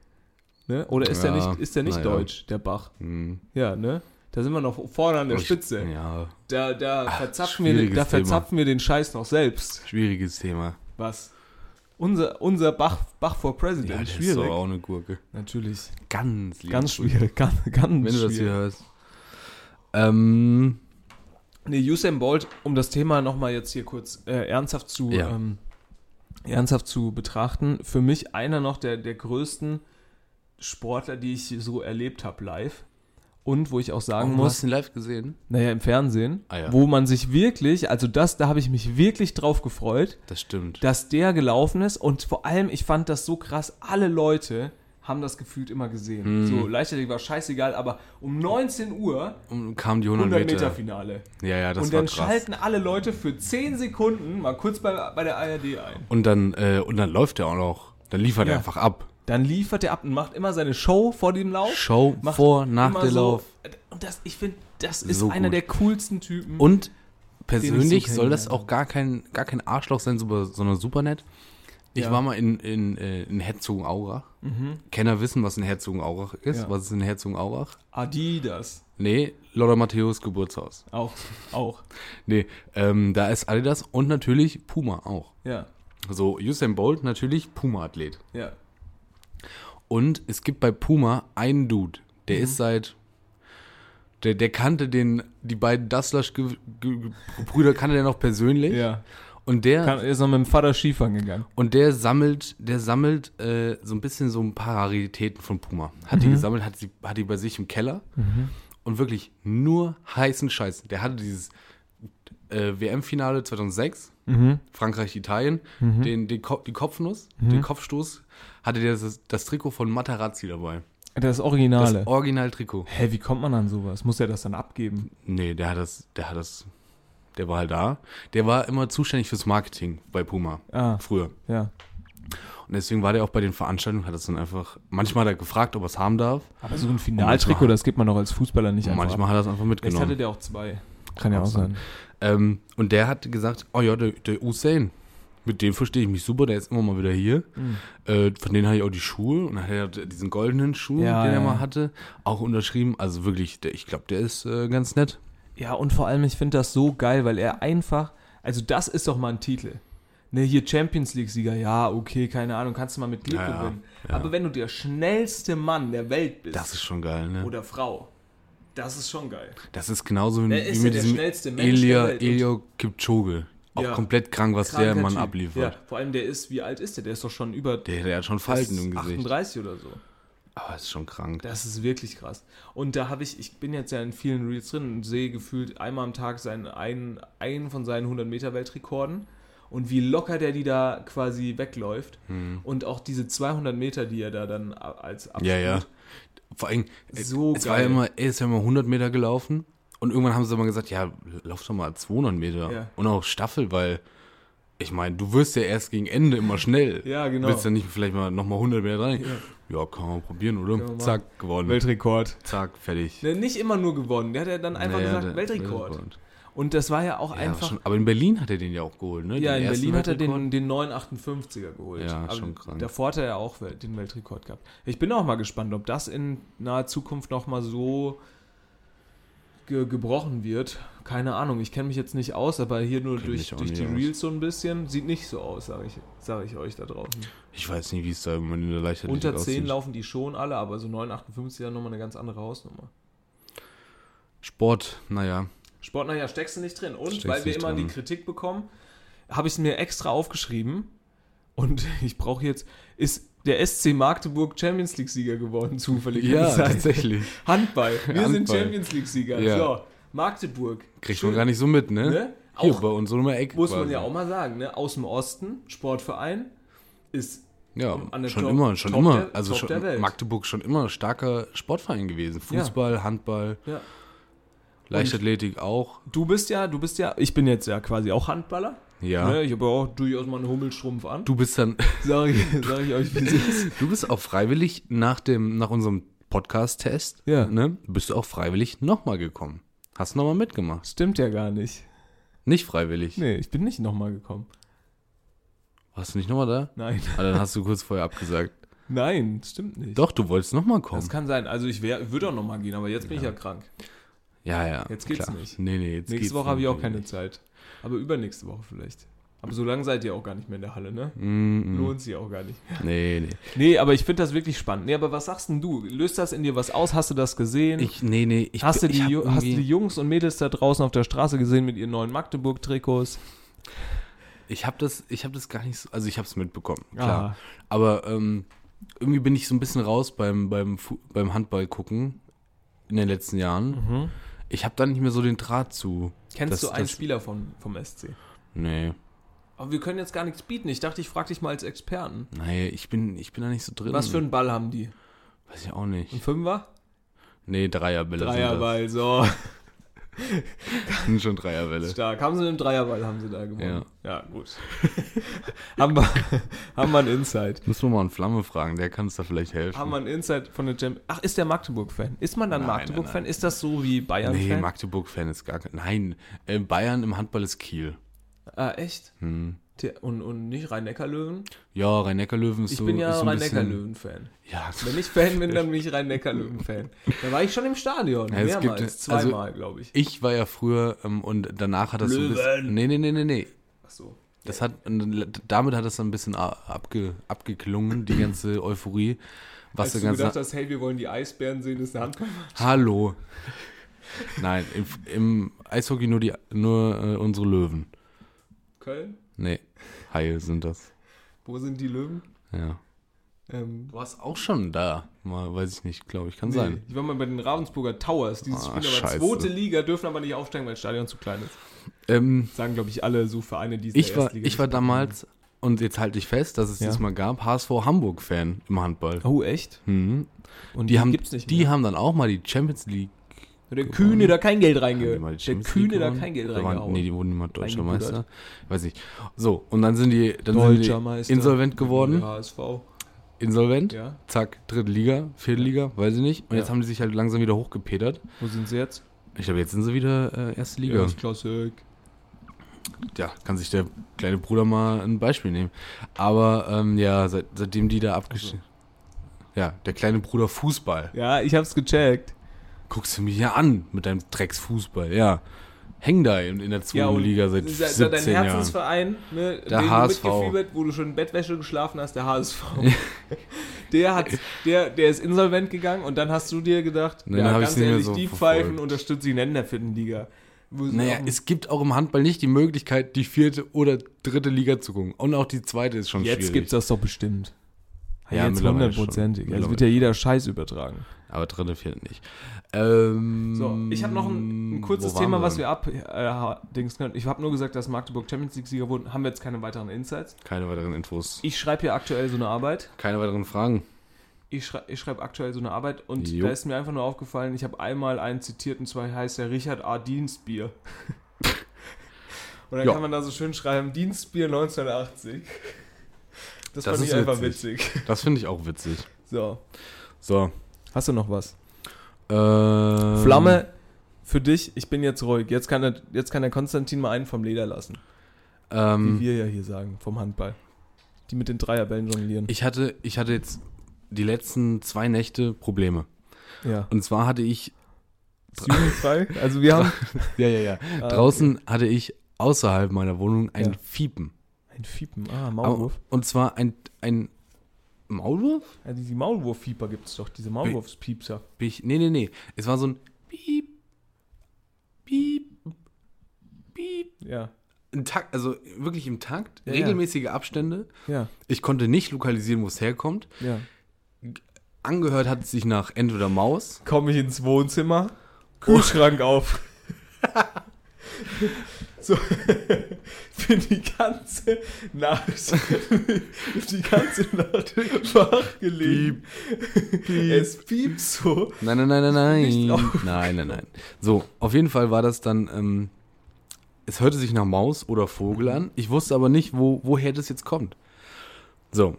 C: Ne? Oder ist der
D: Ja,
C: nicht, ist der nicht
D: na ja.
C: deutsch, der Bach?
D: Hm.
C: Ja, ne? Da sind wir noch vorne an der
D: Oh, Ich-
C: Spitze.
D: Ja,
C: Da, da, verzapfen, wir den, da
D: schwieriges Thema.
C: verzapfen wir den Scheiß noch selbst.
D: schwieriges Thema.
C: Was? Unser, unser Bach, Bach for President.
D: Ja, das
C: schwierig.
D: ist doch auch eine Gurke.
C: Natürlich.
D: Ganz lieb.
C: Ganz schwierig. Ganz, ganz
D: Wenn du das hier
C: schwierig.
D: hörst. Ähm,
C: Nee, Usain Bolt, um das Thema nochmal jetzt hier kurz äh, ernsthaft zu
D: Ja.
C: ähm, ernsthaft zu betrachten, für mich einer noch der, der größten Sportler, die ich so erlebt habe live. Und wo ich auch sagen
D: du hast
C: muss,
D: ihn live gesehen?
C: naja, im Fernsehen,
D: Ah ja.
C: wo man sich wirklich, also das, da habe ich mich wirklich drauf gefreut,
D: Das stimmt.
C: dass der gelaufen ist und vor allem, ich fand das so krass, alle Leute haben das gefühlt immer
D: Hm.
C: gesehen. So, Leichtathletik war scheißegal, aber um 19 Uhr
D: Und kam die 100 Meter.
C: 100 Meter Finale.
D: ja, ja, das
C: und
D: war
C: dann
D: krass.
C: schalten alle Leute für 10 Sekunden mal kurz bei, bei der ARD ein.
D: Und dann, äh, und dann läuft er auch noch. Dann liefert
C: Ja.
D: er einfach ab.
C: Dann liefert er ab und macht immer seine Show vor dem Lauf.
D: Show
C: macht
D: vor, nach
C: immer
D: der
C: so-
D: Lauf.
C: Und das, ich finde, das ist
D: So
C: einer
D: gut.
C: der coolsten Typen.
D: Und persönlich
C: so
D: soll das
C: kennengelernt.
D: auch gar kein, gar kein Arschloch sein, so- sondern Supernet. Ich
C: Ja. Mhm.
D: war mal in, in, äh, in Herzogenaurach. Kenner wissen, was in Herzogenaurach ist.
C: Ja.
D: Was ist in Herzogenaurach?
C: Adidas.
D: Nee, Lothar Matthäus Geburtshaus.
C: Auch. Auch.
D: Nee, ähm, da ist Adidas und natürlich Puma auch.
C: Ja.
D: So, Usain Bolt natürlich Puma-Athlet.
C: Ja.
D: Und es gibt bei Puma einen Dude, der
C: Mhm.
D: ist seit. Der, der kannte den, die beiden Daslash-Brüder kannte der noch persönlich.
C: Ja.
D: Und der,
C: Kann, ist noch mit dem Vater Skifahren gegangen.
D: und der sammelt, der sammelt äh, so ein bisschen so ein paar Raritäten von Puma. Hat
C: Mhm.
D: die gesammelt, hat die, hat die bei sich im Keller. Und wirklich nur heißen Scheiß. Der hatte dieses äh, WM-Finale 2006,
C: Mhm.
D: Frankreich, Italien, den, den Ko die Kopfnuss,
C: Mhm.
D: den Kopfstoß, hatte der das, das Trikot von Matarazzi dabei.
C: Das
D: Das
C: Originale.
D: Original-Trikot.
C: Hä, wie kommt man an sowas? Muss er das dann abgeben?
D: Nee, der hat das, der hat das, der war halt da. Der war immer zuständig fürs Marketing bei Puma.
C: Ah.
D: Früher.
C: Ja.
D: Und deswegen war der auch bei den Veranstaltungen, hat das dann einfach, manchmal hat er gefragt, ob er es haben darf.
C: Aber so ein Finaltrikot, das gibt man doch als Fußballer nicht einfach
D: manchmal
C: ab.
D: hat er es einfach
C: Vielleicht hatte
D: mitgenommen.
C: der auch zwei. genau. Kann ja auch
D: Kann
C: sein.
D: Ähm, und der hat gesagt, oh ja, der, der Usain, mit dem verstehe ich mich super, der ist immer mal wieder hier. Äh, von denen hatte ich auch die Schuhe und dann hat er diesen goldenen Schuh,
C: Ja,
D: den er
C: ja.
D: mal hatte, auch unterschrieben. Also wirklich, der, ich glaube, der ist äh, ganz nett.
C: Ja, und vor allem, ich finde das so geil, weil er einfach, also das ist doch mal ein Titel. Ne, hier Champions League-Sieger, ja, okay, keine Ahnung, kannst du mal mit Glück
D: Ja, ja,
C: gewinnen. Aber wenn du der schnellste Mann der Welt bist
D: Das ist schon geil, ne?
C: oder Frau, das ist schon geil.
D: Das ist genauso wie,
C: Er Ne, ist
D: wie mit
C: ja der
D: diesem
C: schnellste Mensch
D: Elia,
C: der Welt.
D: Elia Kipchoge. Auch
C: Ja.
D: komplett krank, was der
C: Kranker
D: Mann
C: Typ.
D: abliefert.
C: Ja, vor allem der ist, wie alt ist der? Der ist doch schon über
D: Der, der hat schon Falten im Gesicht.
C: 38 oder so.
D: Aber ist schon krank.
C: Das ist wirklich krass. Und da habe ich, ich bin jetzt ja in vielen Reels drin und sehe gefühlt einmal am Tag seinen einen, einen von seinen 100 Meter Weltrekorden und wie locker der die da quasi wegläuft und auch diese 200 Meter, die er da dann a- als Abschnitt.
D: Ja, ja. Vor allem, äh,
C: So
D: es war ja
C: geil.
D: immer, er ist ja immer 100 Meter gelaufen und irgendwann haben sie immer gesagt, ja, lauf doch mal 200 Meter
C: Ja.
D: und auch Staffel, weil ich meine, du wirst ja erst gegen Ende immer schnell.
C: Ja, genau.
D: Willst du nicht vielleicht mal nochmal 100 Meter rein? Ja, kann man probieren, oder?
C: man
D: Zack, gewonnen.
E: Weltrekord.
D: Zack, fertig.
C: Ne, Nicht immer nur gewonnen, der hat ja dann einfach
D: Naja,
C: gesagt,
D: der-
C: Weltrekord. Und das war ja auch
D: Ja, aber
C: einfach.
D: schon, aber in Berlin hat er den ja auch geholt, ne?
C: ja,
D: Den
C: in
D: ersten
C: Berlin hat er
D: Weltrekord.
C: den, den 958er geholt.
D: Ja, schon krank.
C: Davor hat er ja auch Wel- den Weltrekord gehabt. Ich bin auch mal gespannt, ob das in naher Zukunft nochmal so ge gebrochen wird. Keine Ahnung, ich kenne mich jetzt nicht aus, aber hier nur durch,
D: mich auch
C: durch
D: nicht
C: die
D: aus.
C: Reels so ein bisschen. Sieht nicht so aus, sage ich, sag ich euch da draußen.
D: Ich weiß nicht, wie es da im Moment in der Leichtathletik
C: Unter 10
D: aussieht.
C: laufen die schon alle, aber so 958er nochmal eine ganz andere Hausnummer.
D: Sport, naja.
C: Sport, naja, steckst du nicht drin. Und
D: Steckst
C: weil wir
D: nicht
C: immer
D: drin.
C: die Kritik bekommen, habe ich es mir extra aufgeschrieben. Und ich brauche jetzt, ist der SC Magdeburg Champions League-Sieger geworden, zufällig.
D: Ja,
C: Kann es sein?
D: tatsächlich.
C: Handball. Wir sind
D: Handball.
C: Champions League-Sieger.
D: Ja.
C: So, Magdeburg.
D: Kriegt man gar nicht so mit, ne?
C: Ne?
D: Hier
C: Auch-
D: bei uns so einer Ecke.
C: Muss man
D: quasi.
C: ja auch mal sagen, ne? Aus dem Osten, Sportverein, ist
D: Ja,
C: an der
D: schon
C: Top-
D: immer, schon
C: Top
D: immer.
C: der-
D: also
C: Top der Welt.
D: schon, Magdeburg schon immer starker Sportverein gewesen. Fußball, Handball,
C: ja.
D: Leichtathletik auch.
C: Du bist ja, du bist ja, ich bin jetzt ja quasi auch Handballer.
D: Ja.
C: Ne? Ich habe ja auch durchaus mal einen Hummelstrumpf an.
D: Du bist dann,
C: Sag ich, sag ich euch, wie es ist.
D: du bist auch freiwillig nach dem, nach unserem Podcast-Test,
C: Ja.
D: ne, bist du auch freiwillig nochmal gekommen. Hast nochmal mitgemacht.
C: Stimmt ja gar nicht.
D: Nicht freiwillig.
C: Nee, ich bin nicht nochmal gekommen.
D: Warst du nicht nochmal da?
C: Nein.
D: Ah, dann hast du kurz vorher abgesagt.
C: Nein, stimmt nicht.
D: Doch, du wolltest nochmal kommen.
C: Das kann sein. Also ich würde auch nochmal gehen, aber jetzt bin ich ja krank.
D: Ja, ja.
C: Jetzt geht's nicht.
D: Nee, nee, jetzt geht's
C: Nächste Woche habe ich auch keine
D: nicht.
C: Zeit. Aber übernächste Woche vielleicht. Aber so lange seid ihr auch gar nicht mehr in der Halle, ne?
D: Mm, mm.
C: Lohnt sich auch gar nicht.
D: Nee, nee.
C: Nee, aber ich finde das wirklich spannend. Nee, aber was sagst denn du? Löst das in dir was aus? Hast du das gesehen?
D: Ich, nee, nee. Ich,
C: hast, du
D: bin-
C: die,
D: ich hab
C: Ju- hast du
D: irgendwie-
C: die Jungs und Mädels da draußen auf der Straße gesehen mit ihren neuen Magdeburg-Trikots?
D: Ich habe das, ich habe das gar nicht so, also ich habe es mitbekommen,
C: Aha.
D: klar. Aber ähm, irgendwie bin ich so ein bisschen raus beim beim Fu beim Handball gucken in den letzten Jahren. Ich habe da nicht mehr so den Draht zu.
C: Mhm. Kennst
D: Das-
C: du einen
D: das-
C: Spieler von, vom SC?
D: Nee,
C: Aber wir können jetzt gar nichts bieten. Ich dachte, ich frage dich mal als Experten.
D: nee, ich bin, ich bin da nicht so drin.
C: Was für einen Ball haben die?
D: Weiß ich auch nicht.
C: Ein Fünfer?
D: Nee, Dreierbälle sind
C: Dreierball, so.
D: das. Sind schon Dreierbälle.
C: Stark. Haben sie einen Dreierball, haben sie da gewonnen. Ja, gut. haben, wir, haben wir einen Insight.
D: Müssen wir mal einen Flamme fragen, der kann uns da vielleicht helfen.
C: Haben wir einen Insight von der Champions Ach, ist der Magdeburg-Fan? Ist man dann
D: Nein, nein,
C: Magdeburg-Fan? Ist das so wie
D: Nee,
C: Bayern-Fan?
D: Magdeburg-Fan ist gar kein. Nein, äh, Bayern im Handball ist Kiel.
C: ah, echt?
D: Hm.
C: Der- Und, und nicht Rhein-Neckar-Löwen?
D: Ja, Rhein-Neckar-Löwen ist
C: Ich
D: so.
C: bin ja
D: ist so ein bisschen-
C: Rhein-Neckar-Löwen-Fan.
D: Ja,
C: Wenn ich Fan bin, dann bin ich Rhein-Neckar-Löwen-Fan. Da war ich schon im Stadion.
D: Ja, es gibt
C: mehrmals.
D: jetzt- also-
C: Zweimal, glaube ich.
D: Ich war ja früher ähm, und danach hat das so ein
C: Löwen.
D: bisschen. Nee, nee, nee, nee, nee.
C: Ach so.
D: Das hat, und damit hat das dann ein bisschen a- abge, abgeklungen, die ganze Euphorie. Was
C: Als
D: der
C: du gedacht
D: ganze.
C: hast, hey, wir wollen die Eisbären sehen, ist eine Handball.
D: Hallo. Nein, im, im Eishockey nur, die, nur äh, unsere Löwen.
C: Köln?
D: Nee, Haie sind das.
C: Wo sind die Löwen?
D: Ja.
C: Ähm,
D: Du warst auch schon da. Mal, weiß ich nicht, glaube ich, kann sein.
C: Ich war mal bei den Ravensburger Towers. Dieses
D: Ah,
C: Spiel aber
D: scheiße.
C: zweite Liga dürfen aber nicht aufsteigen, weil das Stadion zu klein ist.
D: Ähm,
C: Sagen, glaube ich, alle so Vereine, die es in
D: ich,
C: der
D: war,
C: Erstliga
D: ich war
C: nicht-
D: damals, und jetzt halte ich fest, dass es
C: Ja.
D: diesmal gab, HSV Hamburg-Fan im Handball.
C: Oh, echt?
D: Mhm.
C: Und
D: Die, haben,
C: gibt's nicht
D: die
C: mehr.
D: haben dann auch mal die Champions League
C: Der Kühne da kein Geld
D: Haben die
C: reingehauen.
D: mal
C: Der
D: die Champions
C: Kühne
D: League
C: da
D: gewonnen?
C: kein Geld
D: Da waren, Nee,
C: reingehauen.
D: die wurden immer Deutscher
C: Eingebürgert.
D: Meister. Ich weiß nicht. So, und dann sind die, dann sind die
C: Deutscher Meister.
D: insolvent geworden.
C: HSV.
D: Insolvent.
C: Ja.
D: Zack, dritte Liga, vierte Liga, weiß ich nicht. Und
C: Ja.
D: jetzt haben die sich halt langsam wieder hochgepetert.
C: Wo sind sie jetzt?
D: Ich glaube, jetzt sind sie wieder äh, erste Liga.
C: Erstklassik.
D: ja, kann sich der kleine Bruder mal ein Beispiel nehmen. Aber ähm, ja, seit, seitdem die da abgestiegen. Ja, der kleine Bruder Fußball.
C: Ja, ich hab's gecheckt.
D: Guckst du mich ja an mit deinem Drecksfußball, ja. Häng da in, in der zweiten
C: und
D: Liga seit
C: se-
D: 17
C: dein
D: Jahren.
C: Herzensverein, ne,
D: Der
C: den
D: HSV.
C: du mitgefiebert, wo du schon in Bettwäsche geschlafen hast, der HSV. der, hat, der, der ist insolvent gegangen und dann hast du dir gedacht,
D: Nee, dann
C: ja,
D: hab
C: ganz
D: ich's nicht mehr
C: ehrlich,
D: so
C: die
D: verfolgt.
C: Pfeifen unterstütze ich nicht in der vierten Liga. Wo sie
D: Naja,
C: auf dem-
D: es gibt auch im Handball nicht die Möglichkeit, die vierte oder dritte Liga zu gucken. Und auch die zweite ist schon
C: jetzt
D: schwierig.
C: gibt's das doch bestimmt.
D: Ja,
C: jetzt
D: mittlerweile
C: hundertprozentig.
D: schon.
C: Also wird ja jeder Scheiß übertragen.
D: Aber dritte, vierte nicht. Ähm,
C: So, ich habe noch ein, ein kurzes
D: wo waren
C: Thema, was
D: denn?
C: wir abdings können. Ich habe nur gesagt, dass Magdeburg Champions League-Sieger wurden. Haben wir jetzt keine weiteren Insights.
D: Keine weiteren Infos,
C: Ich schreibe hier aktuell so eine Arbeit.
D: keine weiteren Fragen.
C: Ich, schrei ich schreibe aktuell so eine Arbeit und
D: Jo.
C: da ist mir einfach nur aufgefallen, ich habe einmal einen zitiert und zwar heißt der Richard A. Dienstbier. und dann
D: Ja.
C: kann man da so schön schreiben, Dienstbier 1980. Das,
D: Das
C: fand ich
D: ist
C: einfach
D: witzig.
C: witzig.
D: Das finde ich auch witzig.
C: So.
D: So.
C: Hast du noch was?
D: Ähm,
C: Flamme für dich, ich bin jetzt ruhig. Jetzt kann, der, jetzt kann der Konstantin mal einen vom Leder lassen. Wie
D: Ähm,
C: wir ja hier sagen, vom Handball. Die mit den Dreierbällen jonglieren.
D: ich, hatte, ich hatte jetzt die letzten zwei Nächte Probleme.
C: ja.
D: Und zwar hatte ich
C: Ist jugendfrei? Also wir haben
D: Ja, ja, ja.
C: Ah,
D: Draußen hatte ich außerhalb meiner Wohnung
C: Ja.
D: ein Fiepen.
C: ein Fiepen. Ah,
D: Aber,
C: Maulwurf.
D: und zwar ein, ein Maulwurf?
C: Also die Maulwurffieper gibt es doch, diese Maulwurfspiepser.
D: Bin Ich, nee, nee, nee. Es war so ein Piep, Piep, Piep.
C: Ja.
D: Ein Takt, also wirklich im Takt,
C: Ja, ja.
D: regelmäßige Abstände.
C: Ja,
D: Ich konnte nicht lokalisieren, wo es herkommt.
C: ja.
D: Angehört hat es sich nach entweder Maus.
C: Komme ich ins Wohnzimmer, Kühlschrank auf. so. Für die ganze Nacht. die ganze Nacht wach gelegen. Es piept so.
D: Nein, nein, nein, nein, nein.
C: Nicht auf-
D: Nein, nein, nein. So, auf jeden Fall war das dann, ähm, es hörte sich nach Maus oder
C: Mhm.
D: Vogel an. Ich wusste aber nicht, wo, woher das jetzt kommt. So,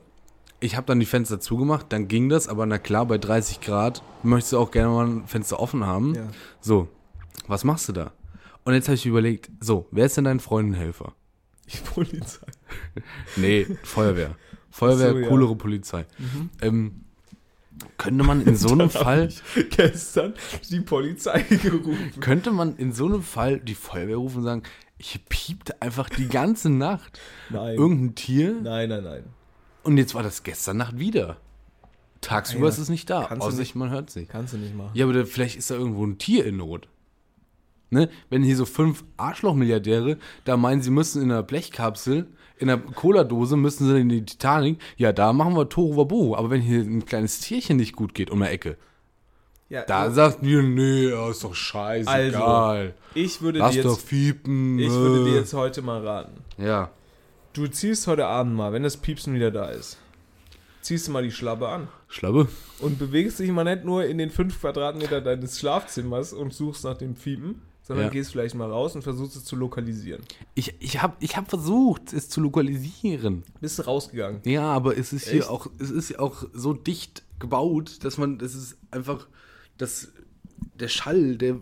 D: ich habe dann die Fenster zugemacht, dann ging das, aber na klar, bei 30 Grad möchtest du auch gerne mal ein Fenster offen haben.
C: Ja.
D: So, was machst du da? Und jetzt habe ich überlegt, so, wer ist denn dein Freundenhelfer?
C: Die Polizei.
D: Nee, Feuerwehr. Feuerwehr,
C: Ach so, ja. Mhm.
D: coolere Polizei. Ähm, könnte man in so einem Fall...
C: Gestern die Polizei gerufen.
D: Könnte man in so einem Fall die Feuerwehr rufen und sagen, hier piept einfach die ganze Nacht
C: Nein.
D: irgendein Tier
C: nein, nein, nein.
D: und jetzt war das gestern Nacht wieder. Tagsüber
C: Alter,
D: ist es nicht da,
C: kannst du
D: außer
C: nicht-
D: man hört sich.
C: Kannst du nicht machen.
D: Ja, aber da, vielleicht ist da irgendwo ein Tier in Not. Ne? Wenn hier so fünf Arschlochmilliardäre da meinen, sie müssen in einer Blechkapsel, in einer Cola-Dose, müssen sie in die Titanic, ja, da machen wir Tohuwabohu. Aber wenn hier ein kleines Tierchen nicht gut geht um der Ecke,
C: Ja,
D: da sagt mir, nee, ja,
C: Also,
D: ist doch scheißegal.
C: ich würde dir
D: Lass
C: jetzt,
D: doch fiepen.
C: ich würde
D: äh.
C: dir jetzt heute mal raten.
D: Ja.
C: Du ziehst heute Abend mal, wenn das Piepsen wieder da ist, ziehst du mal die Schlappe an
D: Schlappe?
C: und bewegst dich mal nicht nur in den fünf Quadratmeter deines Schlafzimmers und suchst nach dem Piepen, sondern
D: Ja.
C: gehst vielleicht mal raus und versuchst es zu lokalisieren.
D: Ich, ich habe ich hab versucht, es zu lokalisieren.
C: Bist du rausgegangen?
D: Ja, aber es ist
C: Echt?
D: hier auch, es ist ja auch so dicht gebaut, dass man, das ist einfach, das, der Schall, der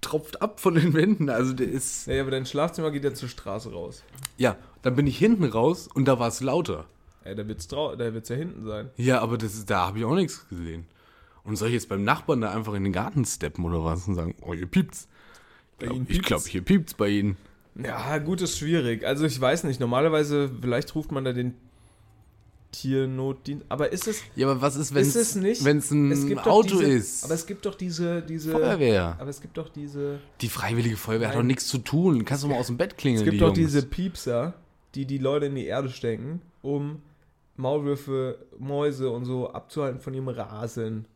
D: tropft ab von den Wänden. Also der ist,
C: Naja, aber dein Schlafzimmer geht ja zur Straße raus.
D: ja, dann bin ich hinten raus und da war es lauter.
C: Ey, da wird's, drau da wird's ja hinten sein.
D: Ja, aber das ist, da habe ich auch nichts gesehen. Und soll ich jetzt beim Nachbarn da einfach in den Garten steppen oder was und sagen, oh, hier piept's.
C: Bei Ihnen
D: Ich
C: piept's?
D: glaube, hier piept's bei Ihnen.
C: Ja, gut ist schwierig. Also ich weiß nicht, normalerweise, vielleicht ruft man da den Tiernotdienst. Aber ist es,
D: Ja, aber was ist, wenn
C: ist es nicht?
D: es ein
C: Es gibt doch
D: Auto
C: diese,
D: ist?
C: Aber es gibt doch diese, diese...
D: Feuerwehr.
C: Aber es gibt doch diese...
D: Die freiwillige Feuerwehr hat
C: Nein.
D: doch nichts zu tun. Kannst du mal aus dem Bett klingeln,
C: Es gibt
D: die
C: doch
D: Jungs.
C: diese Piepser, die die Leute in die Erde stecken, um Maulwürfe, Mäuse und so abzuhalten von ihrem Rasen.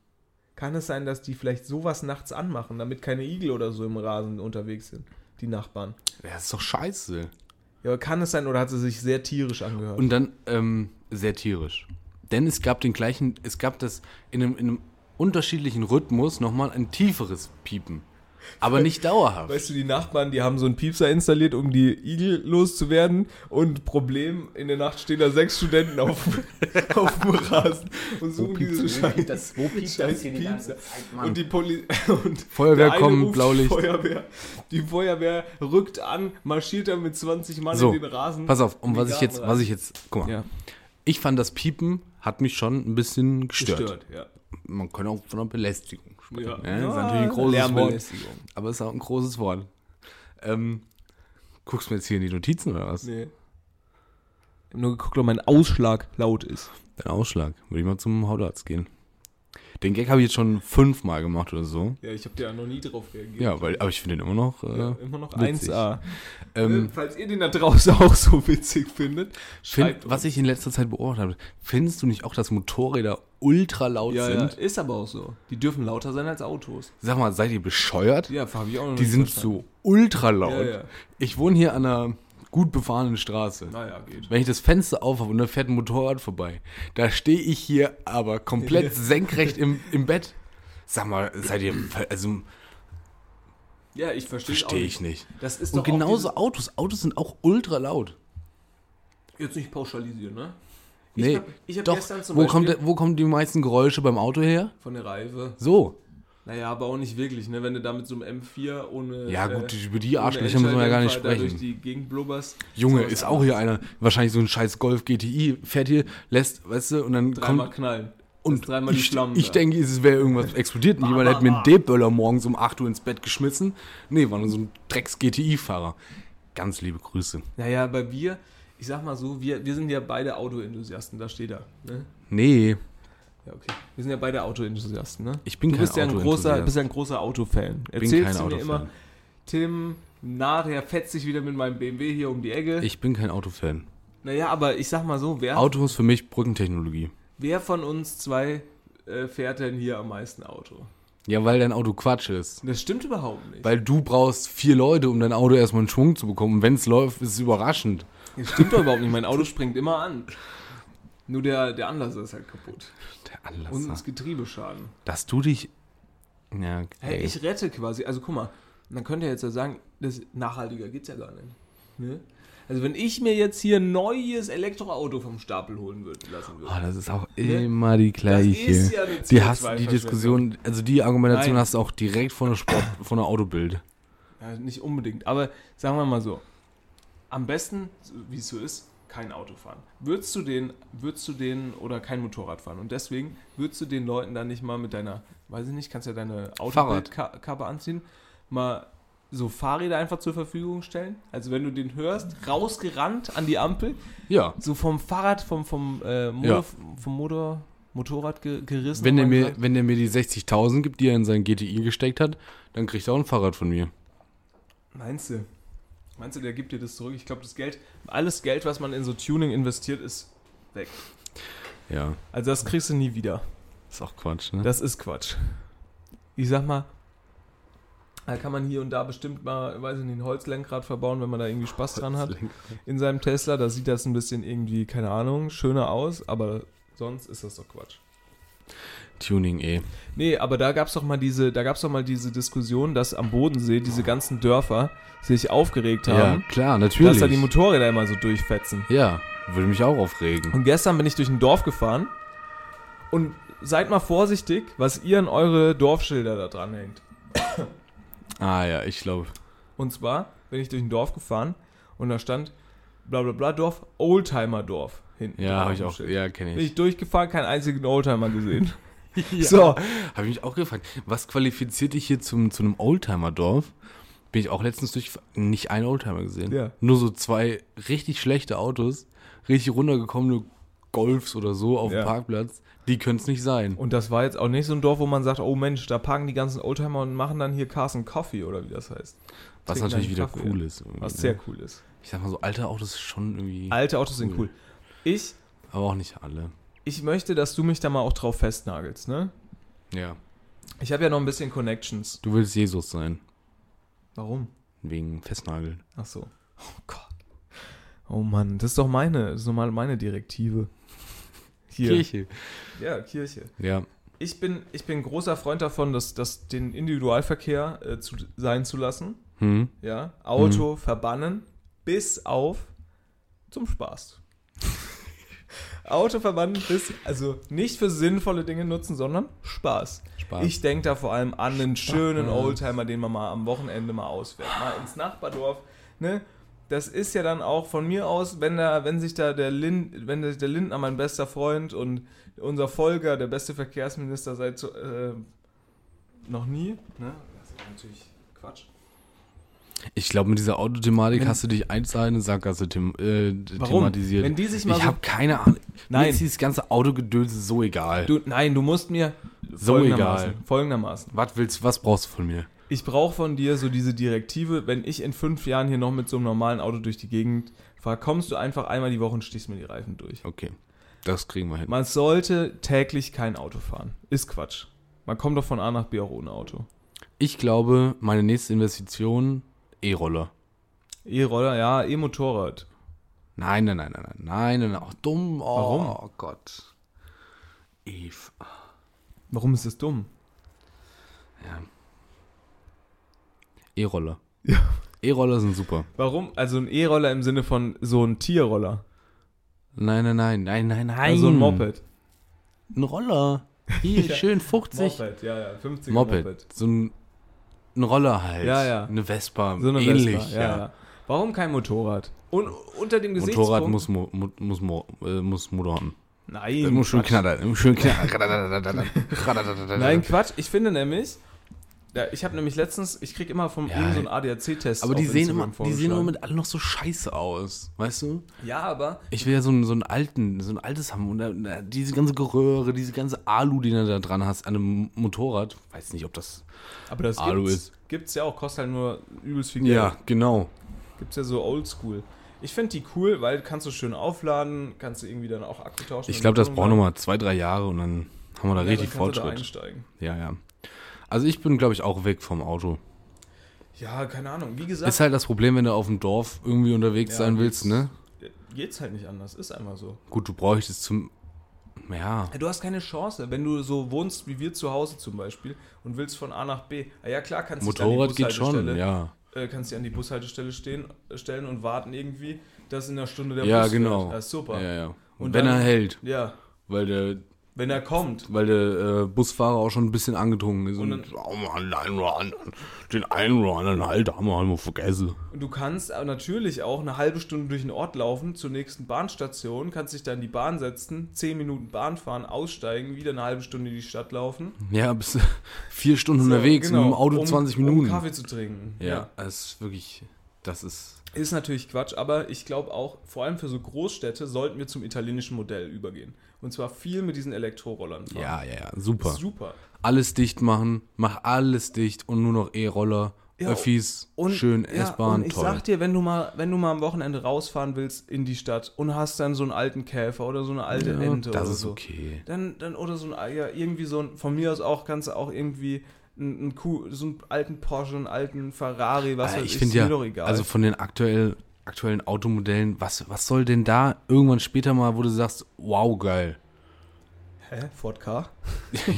C: Kann es sein, dass die vielleicht sowas nachts anmachen, damit keine Igel oder so im Rasen unterwegs sind, die Nachbarn?
D: Das ist doch scheiße.
C: Ja, aber kann es sein, oder hat sie sich sehr tierisch angehört?
D: Und dann ähm, sehr tierisch. Denn es gab den gleichen, es gab das in einem, in einem unterschiedlichen Rhythmus nochmal ein tieferes Piepen. aber nicht dauerhaft.
C: Weißt du, die Nachbarn, die haben so einen Piepser installiert, um die Igel loszuwerden. Und Problem, in der Nacht stehen da sechs Studenten auf, auf dem Rasen und suchen diese Scheiße.
F: Das, wo piept das
C: Scheiß
F: hier die ganze
C: Piepser.
F: Zeit,
C: Und
F: Mann?
C: die Poli und
D: Feuerwehr
C: der eine
D: kommen,
C: ruft
D: Blaulicht.
C: Feuerwehr. Die Feuerwehr rückt an, marschiert dann mit 20 Mann
D: So,
C: in den Rasen.
D: pass auf, um
C: in die
D: was ich jetzt,
C: Garten rein.
D: was ich jetzt, guck mal.
C: Ja.
D: Ich fand das Piepen hat mich schon ein bisschen gestört.
C: Stört, ja.
D: Man kann auch von einer Belästigung sprechen.
C: Ja.
D: ne? das ist natürlich ein großes Wort,
C: Lärmbelästigung.
D: aber ist auch ein großes Wort. Ähm, guckst du mir jetzt hier in die Notizen oder was?
C: Nee. Ich hab nur geguckt, ob mein Ausschlag laut ist.
D: Dein Ausschlag. Würde ich mal zum Hautarzt gehen. Den Gag habe ich jetzt schon fünfmal gemacht oder so.
C: Ja, ich habe da noch nie drauf reagiert.
D: Ja, weil, aber ich finde den immer noch. Äh,
C: Ja, immer noch Äh,
D: witzig.
C: 1A.
D: Ähm,
C: Ne? Falls ihr den da draußen auch so witzig findet, schreibt
D: find, was ich in letzter Zeit beobachtet habe, findest du nicht auch, dass Motorräder ultra laut
C: ja, ja,
D: sind?
C: ist aber auch so. Die dürfen lauter sein als Autos.
D: Sag mal, seid ihr bescheuert?
C: Ja, habe ich auch noch
D: Die
C: nicht
D: sind
C: verstanden.
D: so ultra laut.
C: Ja, ja.
D: Ich wohne hier an einer gut befahrenen Straße.
C: Naja, Ah geht.
D: Wenn ich das Fenster aufhabe und da fährt ein Motorrad vorbei, da stehe ich hier aber komplett senkrecht im, im Bett. Sag mal, seid ihr. ver- Also,
C: Ja, ich verstehe
D: verstehe ich nicht.
C: Das ist
D: Und
C: doch
D: genauso Autos. Autos sind auch ultra laut.
C: auch jetzt nicht pauschalisieren, ne?
D: Nee,
C: hab- ich hab
D: doch.
C: gestern zum
D: wo,
C: Beispiel-
D: kommt, der- wo kommen die meisten Geräusche beim Auto her?
C: Von der Reife.
D: So.
C: Naja, aber auch nicht wirklich, ne? Wenn du da mit so einem M4 ohne.
D: Ja,
C: äh,
D: gut, über die
C: ohne
D: Arschlöcher müssen wir ja gar nicht
C: Endschalldämpfer da Durch
D: sprechen.
C: die Gegend blubberst.
D: Junge,
C: Sowas
D: ist auch hier einer. Wahrscheinlich so ein scheiß Golf GTI. Fährt hier, lässt, weißt du, und dann
C: Dreimal
D: kommt.
C: knallen.
D: Und
C: das dreimal die
D: ich,
C: Flammen
D: ich
C: da.
D: denke, es wäre irgendwas explodiert und jemand hätte mir einen D-Böller morgens um 8 Uhr ins Bett geschmissen. Nee, war nur so ein Drecks-GTI-Fahrer. Ganz liebe Grüße.
C: Naja, aber wir, ich sag mal so, wir, wir sind ja beide Autoenthusiasten, da steht er. Ne?
D: Nee,
C: Ja, okay. Wir sind ja beide Autoenthusiasten, ne?
D: ich bin
C: du
D: kein
C: bist ja ein großer,
D: Autoenthusiast.
C: bist ja ein großer Autofan.
D: bin
C: Erzählst
D: kein
C: du mir
D: Autofan.
C: immer, Tim, nachher fetzt sich wieder mit meinem BMW hier um die Ecke.
D: Ich bin kein Autofan.
C: naja, aber ich sag mal so, wer,
D: Auto ist für mich Brückentechnologie.
C: wer von uns zwei äh, fährt denn hier am meisten Auto?
D: Ja, weil dein Auto Quatsch ist.
C: Das stimmt überhaupt nicht.
D: Weil du brauchst vier Leute, um dein Auto erstmal in Schwung zu bekommen. Und wenn es läuft, ist es überraschend.
C: Das stimmt doch überhaupt nicht. Mein Auto springt immer an. Nur der, der Anlasser ist halt kaputt.
D: Der
C: Und
D: Anlasser.
C: das Getriebeschaden.
D: Dass du dich... Ja, okay.
C: Hey, ich rette quasi. Also guck mal, dann könnt ihr jetzt ja sagen, das nachhaltiger geht's ja gar nicht. Ne? Also wenn ich mir jetzt hier ein neues Elektroauto vom Stapel holen würde, lassen würde.
D: Oh, das ist auch immer die
C: Ne? Das
D: gleiche.
C: ist ja eine
D: die hast die
C: CO2-Verschwendung.
D: Diskussion, also die Argumentation
C: Nein.
D: hast du auch direkt von der Sport, von der Autobild.
C: Ja, nicht unbedingt, aber sagen wir mal so. Am besten, wie es so ist, kein Auto fahren. Würdest du den, würdest du den oder kein Motorrad fahren? Und deswegen würdest du den Leuten dann nicht mal mit deiner, weiß ich nicht, kannst ja deine
D: Fahrrad.
C: Autokappe anziehen, mal so Fahrräder einfach zur Verfügung stellen? Also wenn du den hörst, rausgerannt an die Ampel,
D: Ja.
C: so vom Fahrrad, vom, vom, äh, Motor, vom Motor, Motorrad ge gerissen.
D: Wenn der
C: und
D: mir,
C: gesagt,
D: wenn der mir die 60.000 gibt, die er in sein GTI gesteckt hat, dann kriegt er auch ein Fahrrad von mir.
C: Meinst du? Meinst du, der gibt dir das zurück? Ich glaube, das Geld, alles Geld, was man in so Tuning investiert, ist weg.
D: Ja.
C: Also das kriegst du nie wieder.
D: Ist auch Quatsch, ne?
C: Das ist Quatsch. Ich sag mal, da kann man hier und da bestimmt mal, weiß ich nicht, ein Holzlenkrad verbauen, wenn man da irgendwie Spaß dran hat. In seinem Tesla, da sieht das ein bisschen irgendwie, keine Ahnung, schöner aus, aber sonst ist das doch Quatsch.
D: Tuning, eh.
C: Nee, aber da gab's doch mal diese, da gab's doch mal diese Diskussion, dass am Bodensee diese ganzen Dörfer sich aufgeregt
D: Ja,
C: haben,
D: klar,
C: dass
D: natürlich.
C: da die Motorräder immer so durchfetzen.
D: ja, würde mich auch aufregen.
C: Und gestern bin ich durch ein Dorf gefahren und seid mal vorsichtig, was ihr an eure Dorfschilder da dran hängt.
D: Ah ja, ich glaube.
C: Und zwar bin ich durch ein Dorf gefahren und da stand bla bla bla Dorf, Oldtimer Dorf hinten. dran
D: Ja, habe
C: auf
D: ich
C: dem
D: auch.
C: Schild.
D: Ja, kenne
C: Bin
D: ich.
C: ich durchgefahren, keinen einzigen Oldtimer gesehen. So,
D: Habe ich mich auch gefragt, was qualifiziert dich hier zum, zu einem Oldtimer-Dorf? Bin ich auch letztens durch nicht einen Oldtimer gesehen.
C: Ja.
D: Nur so zwei richtig schlechte Autos, richtig runtergekommene Golfs oder so auf
C: Ja.
D: dem Parkplatz. Die können es nicht sein.
C: und das war jetzt auch nicht so ein Dorf, wo man sagt, oh Mensch, da parken die ganzen Oldtimer und machen dann hier Carson Coffee oder wie das heißt.
D: was
C: trinken
D: natürlich
C: einen
D: wieder
C: Kaffee.
D: cool ist. irgendwie,
C: Was
D: ne?
C: sehr cool ist.
D: Ich sag mal so, alte Autos ist schon irgendwie.
C: Alte Autos sind cool. Ich,
D: Aber auch nicht alle.
C: ich möchte, dass du mich da mal auch drauf festnagelst, ne?
D: Ja.
C: Ich habe ja noch ein bisschen Connections.
D: Du willst Jesus sein.
C: Warum?
D: Wegen Festnageln.
C: Ach so. Oh Gott. Oh Mann, das ist doch meine, das ist normal meine Direktive. Hier.
D: Kirche.
C: Ja, Kirche.
D: Ja.
C: ich bin, ich bin großer Freund davon, dass, dass den Individualverkehr äh, zu, sein zu lassen.
D: Hm.
C: Ja, Auto verbannen, bis auf zum Spaß. Auto verbannen, bis, also nicht für sinnvolle Dinge nutzen, sondern Spaß.
D: Spaß.
C: Ich denke da vor allem an einen schönen Oldtimer, den man mal am Wochenende mal ausfährt, mal ins Nachbardorf. Ne? Das ist ja dann auch von mir aus, wenn da, wenn sich da der Lind, wenn sich der Lindner, mein bester Freund und unser Folger, der beste Verkehrsminister seit äh, noch nie, ne? Das ist natürlich Quatsch.
D: Ich glaube, mit dieser Autothematik hast du dich eins in eine Sackgasse them äh, thematisiert.
C: Wenn die sich mal
D: ich
C: so-
D: habe keine Ahnung. Mir
C: Nein.
D: ist dieses ganze Autogedöns so egal.
C: Du, nein, du musst mir
D: So
C: folgendermaßen,
D: egal.
C: folgendermaßen.
D: was willst, was brauchst du von mir?
C: Ich brauche von dir so diese Direktive, wenn ich in fünf Jahren hier noch mit so einem normalen Auto durch die Gegend fahre, kommst du einfach einmal die Woche und stichst mir die Reifen durch.
D: Okay, das kriegen wir hin.
C: Man sollte täglich kein Auto fahren. Ist Quatsch. Man kommt doch von A nach B auch ohne Auto.
D: Ich glaube, meine nächste Investition E-Roller.
C: E-Roller, ja, E-Motorrad.
D: Nein, nein, nein, nein, nein, nein, nein, nein. Auch dumm. Oh,
C: Warum?
D: Gott. Eve.
C: Warum ist das dumm?
D: Ja. E-Roller. E-Roller sind super.
C: Warum? Also ein E-Roller im Sinne von so ein Tierroller.
D: Nein, nein, nein, nein, nein, nein.
C: Also ein Moped.
D: Ein Roller. Hier, schön 50.
C: Moped, ja, ja. 50
D: Moped. So ein, ein Roller halt.
C: Ja, ja.
D: Eine Vespa.
C: So eine
D: ähnlich.
C: Vespa, ja, ja. Warum kein Motorrad? Und unter dem Gesichtspunkt...
D: Motorrad muss, Mo, mu- muss, Mo, äh, muss Motor haben.
C: Nein.
D: Das muss schön
C: Quatsch.
D: knattern. muss Schön knattern.
C: Nein, Quatsch. Ich finde nämlich, ja, ich habe nämlich letztens, ich krieg immer vom
D: Ja.
C: Ihnen so einen ADAC-Test.
D: Aber
C: auf
D: die sehen, immer,
C: Instagram
D: die sehen im
C: vorgeschlagen.
D: Moment alle noch so scheiße aus. Weißt du?
C: Ja, aber
D: Ich will ja so, einen- so einen alten, so ein altes haben. Und da, da, diese ganze Geröhre, diese ganze Alu, die du da dran hast an einem Motorrad. Weiß nicht, ob das.
C: aber das
D: Alu
C: gibt's,
D: ist-
C: gibt's ja auch. Kostet halt nur übelst viel Geld.
D: genau.
C: Gibt's ja so Oldschool. Ich finde die cool, weil kannst du schön aufladen, kannst du irgendwie dann auch Akku tauschen.
D: Ich glaube, das braucht nochmal zwei, drei Jahre und dann haben wir da
C: ja,
D: richtig
C: dann kannst du da
D: Fortschritt.
C: einsteigen.
D: Ja, ja. Also ich bin, glaube ich, auch weg vom Auto.
C: Ja, keine Ahnung. Wie gesagt,
D: Ist halt das Problem, wenn du auf dem Dorf irgendwie unterwegs
C: Ja,
D: sein willst, ne?
C: geht's halt nicht anders. Ist einmal so.
D: Gut, du bräuchtest zum. Ja.
C: Ja, Du hast keine Chance, wenn du so wohnst wie wir zu Hause zum Beispiel und willst von A nach B. Ah Ja klar, kannst dich an die
D: Motorrad geht schon,
C: Bushaltestelle-
D: ja.
C: äh, kannst dich an die Bushaltestelle stehen, äh, stellen und warten irgendwie, dass in der Stunde der
D: Ja,
C: Bus
D: genau.
C: fährt. Das ist super.
D: Ja, ja. Und,
C: Und
D: wenn
C: dann-
D: er hält,
C: Ja,
D: weil der,
C: wenn er kommt.
D: weil der äh, Busfahrer auch schon ein bisschen angetrunken ist. Und,
C: dann-
D: oh Mann, den einen oder anderen, den einen oder anderen Halt haben wir halt mal vergessen.
C: Und du kannst aber natürlich auch eine halbe Stunde durch den Ort laufen zur nächsten Bahnstation, kannst dich dann in die Bahn setzen, zehn Minuten Bahn fahren, aussteigen, wieder eine halbe Stunde in die Stadt laufen.
D: Ja, bist du vier Stunden unterwegs
C: Genau,
D: mit dem Auto
C: um-
D: 20 Minuten.
C: Um Kaffee zu trinken.
D: ja, das ist wirklich. Das ist.
C: Ist natürlich Quatsch, aber ich glaube auch, vor allem für so Großstädte sollten wir zum italienischen Modell übergehen. Und zwar viel mit diesen Elektrorollern. fahren.
D: Ja, ja, ja. Super.
C: Super.
D: alles dicht machen, mach alles dicht und nur noch E-Roller,
C: Ja,
D: Öffis, schön
C: und
D: S-Bahn,
C: ich
D: toll.
C: sag dir, wenn du mal, wenn du mal am Wochenende rausfahren willst in die Stadt und hast dann so einen alten Käfer oder so eine alte
D: Ja,
C: Ente
D: das
C: oder
D: ist
C: so,
D: okay.
C: dann, dann oder so ein ja, irgendwie so ein von mir aus auch kannst du auch irgendwie einen, einen Kuh, so einen alten Porsche, einen alten Ferrari, was
D: Also
C: weiß
D: ich
C: ist
D: finde
C: mir
D: ja,
C: doch egal.
D: also von den aktuell, aktuellen Automodellen, was, was soll denn da irgendwann später mal, wo du sagst, wow, geil.
C: Hä? Ford K?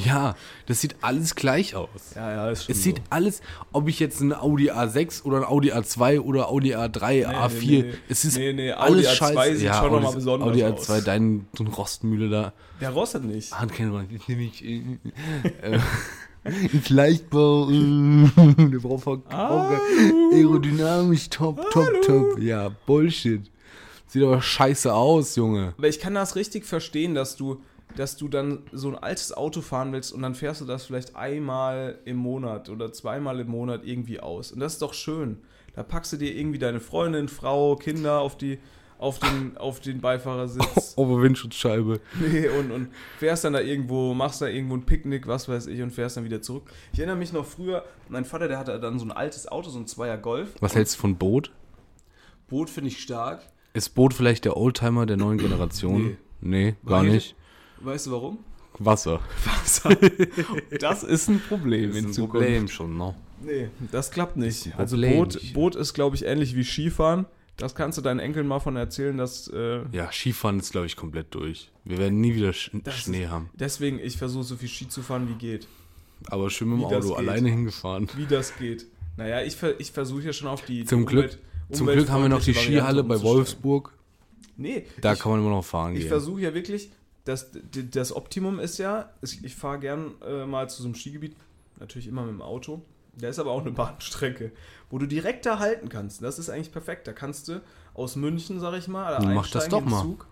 D: ja, das sieht alles gleich aus.
C: Ja, ja, ist schon
D: Es sieht alles, ob ich jetzt einen Audi A6 oder einen Audi A2 oder Audi A3, A4,
C: nee.
D: es ist
C: Nee, nee, Audi
D: alles
C: A2
D: scheiße.
C: sieht schon noch mal
D: Audi-
C: besonders
D: Audi
C: aus.
D: A2, dein so eine Rostmühle da.
C: so. Der rostet nicht.
D: Handkennung, das nehme Ah, ich. Äh, äh, ein Leichtbau, äh, der braucht von aerodynamisch top, top, top. Ja, Bullshit. Sieht aber scheiße aus, Junge.
C: Aber ich kann das richtig verstehen, dass du, dass du dann so ein altes Auto fahren willst und dann fährst du das vielleicht einmal im Monat oder zweimal im Monat irgendwie aus. Und das ist doch schön. Da packst du dir irgendwie deine Freundin, Frau, Kinder auf die auf den, auf den Beifahrersitz
D: Aber Windschutzscheibe.
C: nee, und, und fährst dann da irgendwo, machst da irgendwo ein Picknick, was weiß ich, und fährst dann wieder zurück. Ich erinnere mich noch früher, mein Vater, der hatte dann so ein altes Auto, so ein Zweier Golf.
D: Was hältst du von Boot?
C: Boot finde ich stark.
D: Ist Boot vielleicht der Oldtimer der neuen Generation? Nee, gar
C: Weil-
D: nicht.
C: Weißt du warum?
D: Wasser.
C: Das ist ein Problem
D: Ist ein Problem schon, ne?
C: Nee, das klappt nicht. Also
D: Problem.
C: Boot, Boot ist, glaube ich, ähnlich wie Skifahren.
E: Das kannst du deinen Enkeln mal von erzählen, dass. Äh,
D: Ja, Skifahren ist, glaube ich, komplett durch. Wir werden nie wieder Sch
C: Das
D: Schnee
C: ist-
D: haben.
C: Deswegen, ich versuche so viel Ski zu fahren, wie geht.
D: Aber schön mit dem
C: Wie das
D: Auto
C: geht.
D: alleine hingefahren.
C: Wie das geht. Naja, ich, ver ich versuche ja schon auf die.
D: Zum
C: die
D: Glück,
C: umwelt-
D: zum Glück haben wir noch die
C: umweltfreundliche Variante
D: Skihalle
C: um
D: bei
C: umzustellen.
D: Wolfsburg.
C: Nee,
D: Da
C: ich,
D: kann man immer noch fahren
C: ich
D: gehen.
C: versuche ja wirklich, das, d- das Optimum ist ja, ich, ich fahre gern äh, mal zu so einem Skigebiet, natürlich immer mit dem Auto. Da ist aber auch eine Bahnstrecke, wo du direkt da halten kannst. Das ist eigentlich perfekt. Da kannst du aus München, sag ich mal, da
D: Dann mach das
C: einsteigen
D: doch
C: in den
D: mal.
C: Zug.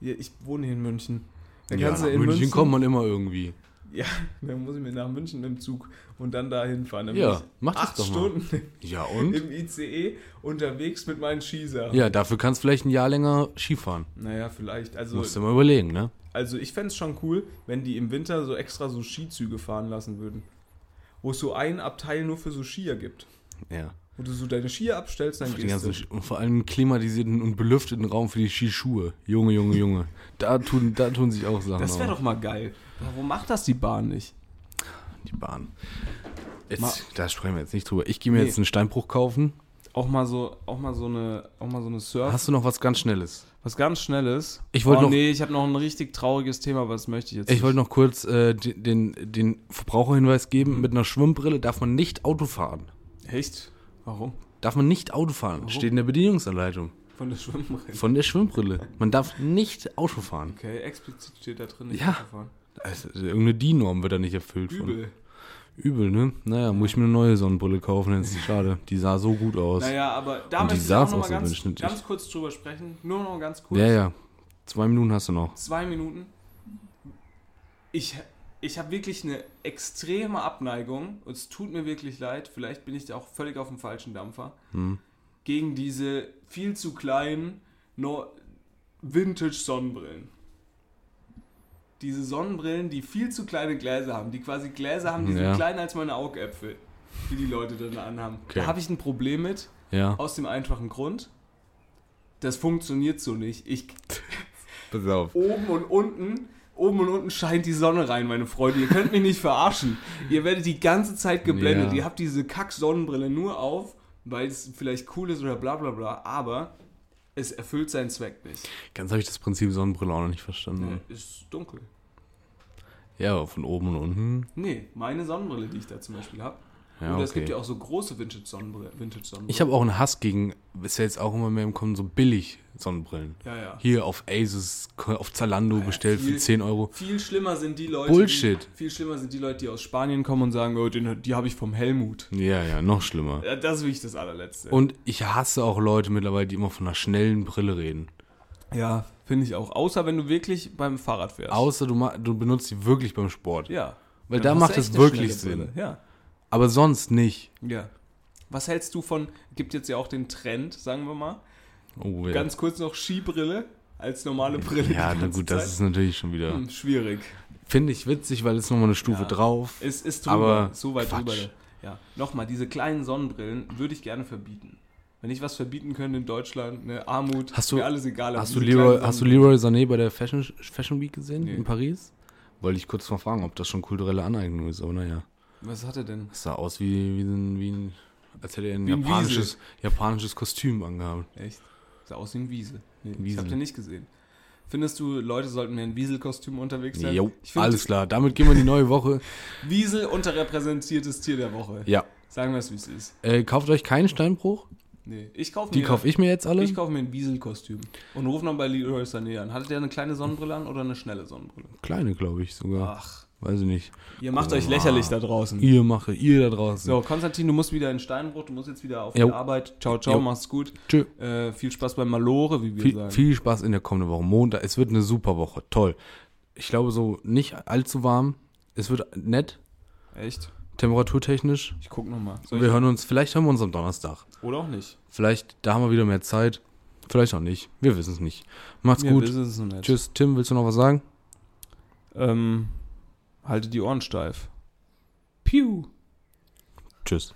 C: Hier, ich wohne hier in München. Da
D: Ja, nach
C: kannst du in
D: München,
C: München
D: kommt man immer irgendwie.
C: Ja, dann muss ich mir nach München mit dem Zug und dann da hinfahren. Dann
D: Ja,
C: bin ich
D: mach das
C: acht
D: doch mal.
C: Stunden
D: Ja, und?
C: im ICE unterwegs mit meinen Skisachen.
D: Ja, dafür kannst du vielleicht ein Jahr länger Skifahren.
C: Naja, vielleicht. Also,
D: Musst du mal überlegen, ne?
C: also ich fände es schon cool, wenn die im Winter so extra so Skizüge fahren lassen würden. Wo es so einen Abteil nur für so Skier gibt.
D: Ja.
C: Wo du so deine Skier abstellst, dann
D: Für den
C: gehst du.
D: ganzen, Sch- und vor allem einen klimatisierten und belüfteten Raum für die Skischuhe. Junge, Junge, Junge. Da tun, da tun sich auch Sachen.
C: Das wäre
D: auf.
C: doch mal geil. Warum macht das die Bahn nicht?
D: die Bahn. Jetzt,
C: Ma-
D: da sprechen wir jetzt nicht drüber. Ich gehe mir
C: Nee.
D: jetzt einen Steinbruch kaufen.
C: Auch mal so, auch mal so eine, auch mal so eine Surf.
D: Hast du noch was ganz Schnelles?
C: was ganz Schnelles.
D: Ich wollte
C: oh,
D: noch-
C: Nee, ich habe noch ein richtig trauriges Thema, aber das möchte ich jetzt
D: Ich wollte noch kurz äh, d- den, den Verbraucherhinweis geben. Mit einer Schwimmbrille darf man nicht Auto fahren.
C: Echt? Warum?
D: Darf man nicht Auto fahren. Steht in der Bedienungsanleitung.
C: Von der Schwimmbrille.
D: Von der Schwimmbrille. Man darf nicht Auto fahren.
C: Okay, explizit steht da drin. nicht
D: Ja.
C: Autofahren.
D: Also, irgendeine DIN-Norm wird da nicht erfüllt. Von.
C: Übel.
D: Übel, ne? Naja, muss ich mir eine neue Sonnenbrille kaufen. Jetzt. Schade. Die sah so gut aus.
C: Naja, aber da
D: Und die
C: möchte ich
D: saß
C: auch noch
D: auch
C: mal
D: so
C: ganz,
D: durchschnittlich.
C: ganz kurz drüber sprechen. Nur noch ganz kurz.
D: ja, ja. Zwei Minuten hast du noch.
C: Zwei Minuten. Ich, ich habe wirklich eine extreme Abneigung. Und es tut mir wirklich leid. Vielleicht bin ich da auch völlig auf dem falschen Dampfer.
D: Hm.
C: Gegen diese viel zu kleinen no Vintage-Sonnenbrillen. Diese Sonnenbrillen, die viel zu kleine Gläser haben, die quasi Gläser haben, die
D: Ja.
C: sind kleiner als meine Augäpfel, die die Leute dann anhaben.
D: Okay.
C: Da habe ich ein Problem mit.
D: Ja.
C: Aus dem einfachen Grund, das funktioniert so nicht. Ich,
D: Pass auf.
C: oben und unten, oben und unten scheint die Sonne rein, meine Freunde. Ihr könnt mich nicht verarschen. Ihr werdet die ganze Zeit geblendet.
D: Ja.
C: Ihr habt diese Kack-Sonnenbrille nur auf, weil es vielleicht cool ist oder bla bla bla, aber es erfüllt seinen Zweck nicht.
D: Ganz habe ich das Prinzip Sonnenbrille auch noch nicht verstanden.
C: Ist dunkel.
D: Ja, aber von oben und unten.
C: Nee, meine Sonnenbrille, die ich da zum Beispiel habe.
D: Ja,
C: und es
D: okay.
C: gibt ja auch so große Vintage-Sonnenbrillen. Vintage
D: Ich habe auch einen Hass gegen, ist ja jetzt auch immer mehr im Kommen, so billig Sonnenbrillen.
C: ja, ja.
D: Hier auf Asus, auf Zalando bestellt für
C: viel-
D: 10 Euro.
C: Viel schlimmer sind die Leute,
D: Bullshit.
C: Die, viel schlimmer sind die Leute, die aus Spanien kommen und sagen, oh, den, die habe ich vom Helmut.
D: Ja, ja, noch schlimmer.
C: Ja, Das ist wirklich das allerletzte.
D: Und ich hasse auch Leute mittlerweile, die immer von einer schnellen Brille reden.
C: Ja, finde ich auch. Außer wenn du wirklich beim Fahrrad fährst.
D: Außer du, ma- du benutzt die wirklich beim Sport.
C: ja.
D: Weil da
C: Dann hast
D: macht
C: du
D: es
C: echt eine
D: wirklich
C: schnelle
D: Sinn.
C: Brille. Ja.
D: Aber sonst nicht.
C: ja. Was hältst du von, gibt jetzt ja auch den Trend, sagen wir mal,
D: Oh, ja.
C: ganz kurz noch Skibrille als normale Brille.
D: ja,
C: die
D: na
C: ganze
D: gut, das
C: Zeit?
D: ist natürlich schon wieder.
C: Hm, schwierig.
D: Finde ich witzig, weil es nochmal eine Stufe
C: Ja.
D: drauf.
C: Es ist
D: Aber
C: drüber, so weit
D: Quatsch.
C: drüber. Ja, nochmal, diese kleinen Sonnenbrillen würde ich gerne verbieten. Wenn ich was verbieten könnte in Deutschland, ne, Armut,
D: Hast du-
C: mir alles egal. aber
D: Hast du,
C: diese
D: Leroy,
C: kleinen
D: hast du
C: Sonnenbrillen-
D: Leroy Sané bei der Fashion, Fashion Week gesehen
C: Nee.
D: in Paris? Wollte ich kurz mal fragen, ob das schon kulturelle Aneignung ist, aber naja.
C: Was hat er denn?
D: Es sah aus wie, wie, ein, wie ein, als hätte er ein
C: Wie ein
D: japanisches, japanisches Kostüm angehabt.
C: Echt? Sah aus wie ein Wiesel. Nee, Ich
D: Wiesel.
C: hab den nicht gesehen. Findest du, Leute sollten mehr in Wieselkostüm unterwegs sein?
D: Jo,
C: ich finde,
D: alles klar. Damit gehen wir in die neue Woche.
C: Wiesel unterrepräsentiertes Tier der Woche.
D: Ja.
C: Sagen wir es, wie es ist.
D: Äh, kauft euch keinen Steinbruch.
C: Nee, ich kaufe
D: Die
C: mir,
D: kaufe ich mir jetzt alle.
C: ich kauf mir ein Wieselkostüm. Und ruf noch bei Leroy Sané an. Hatte der eine kleine Sonnenbrille an oder eine schnelle Sonnenbrille?
D: Kleine, glaube ich sogar.
C: Ach,
D: Weiß ich nicht.
C: ihr macht
D: Oh,
C: euch lächerlich da draußen.
D: Ihr mache, ihr da draußen.
C: So, Konstantin, du musst wieder in Steinbruch, du musst jetzt wieder auf
D: Jo.
C: die Arbeit. Ciao, ciao,
D: Jo.
C: mach's gut.
D: Tschö.
C: Äh, viel Spaß bei Malore, wie wir
D: Viel,
C: sagen.
D: viel Spaß in der kommenden Woche. Montag. Es wird eine super Woche. Toll. Ich glaube, so nicht allzu warm. Es wird nett,
C: Echt?
D: temperaturtechnisch.
C: Ich guck nochmal.
D: Wir hören uns, vielleicht hören wir uns am Donnerstag.
C: Oder auch nicht.
D: Vielleicht, da haben wir wieder mehr Zeit. Vielleicht auch nicht. Wir wissen es nicht. Macht's
C: Mir
D: gut.
C: wissen es noch nicht.
D: Tschüss, Tim, willst du noch was sagen?
C: Ähm, halte die Ohren steif. Piu.
D: Tschüss.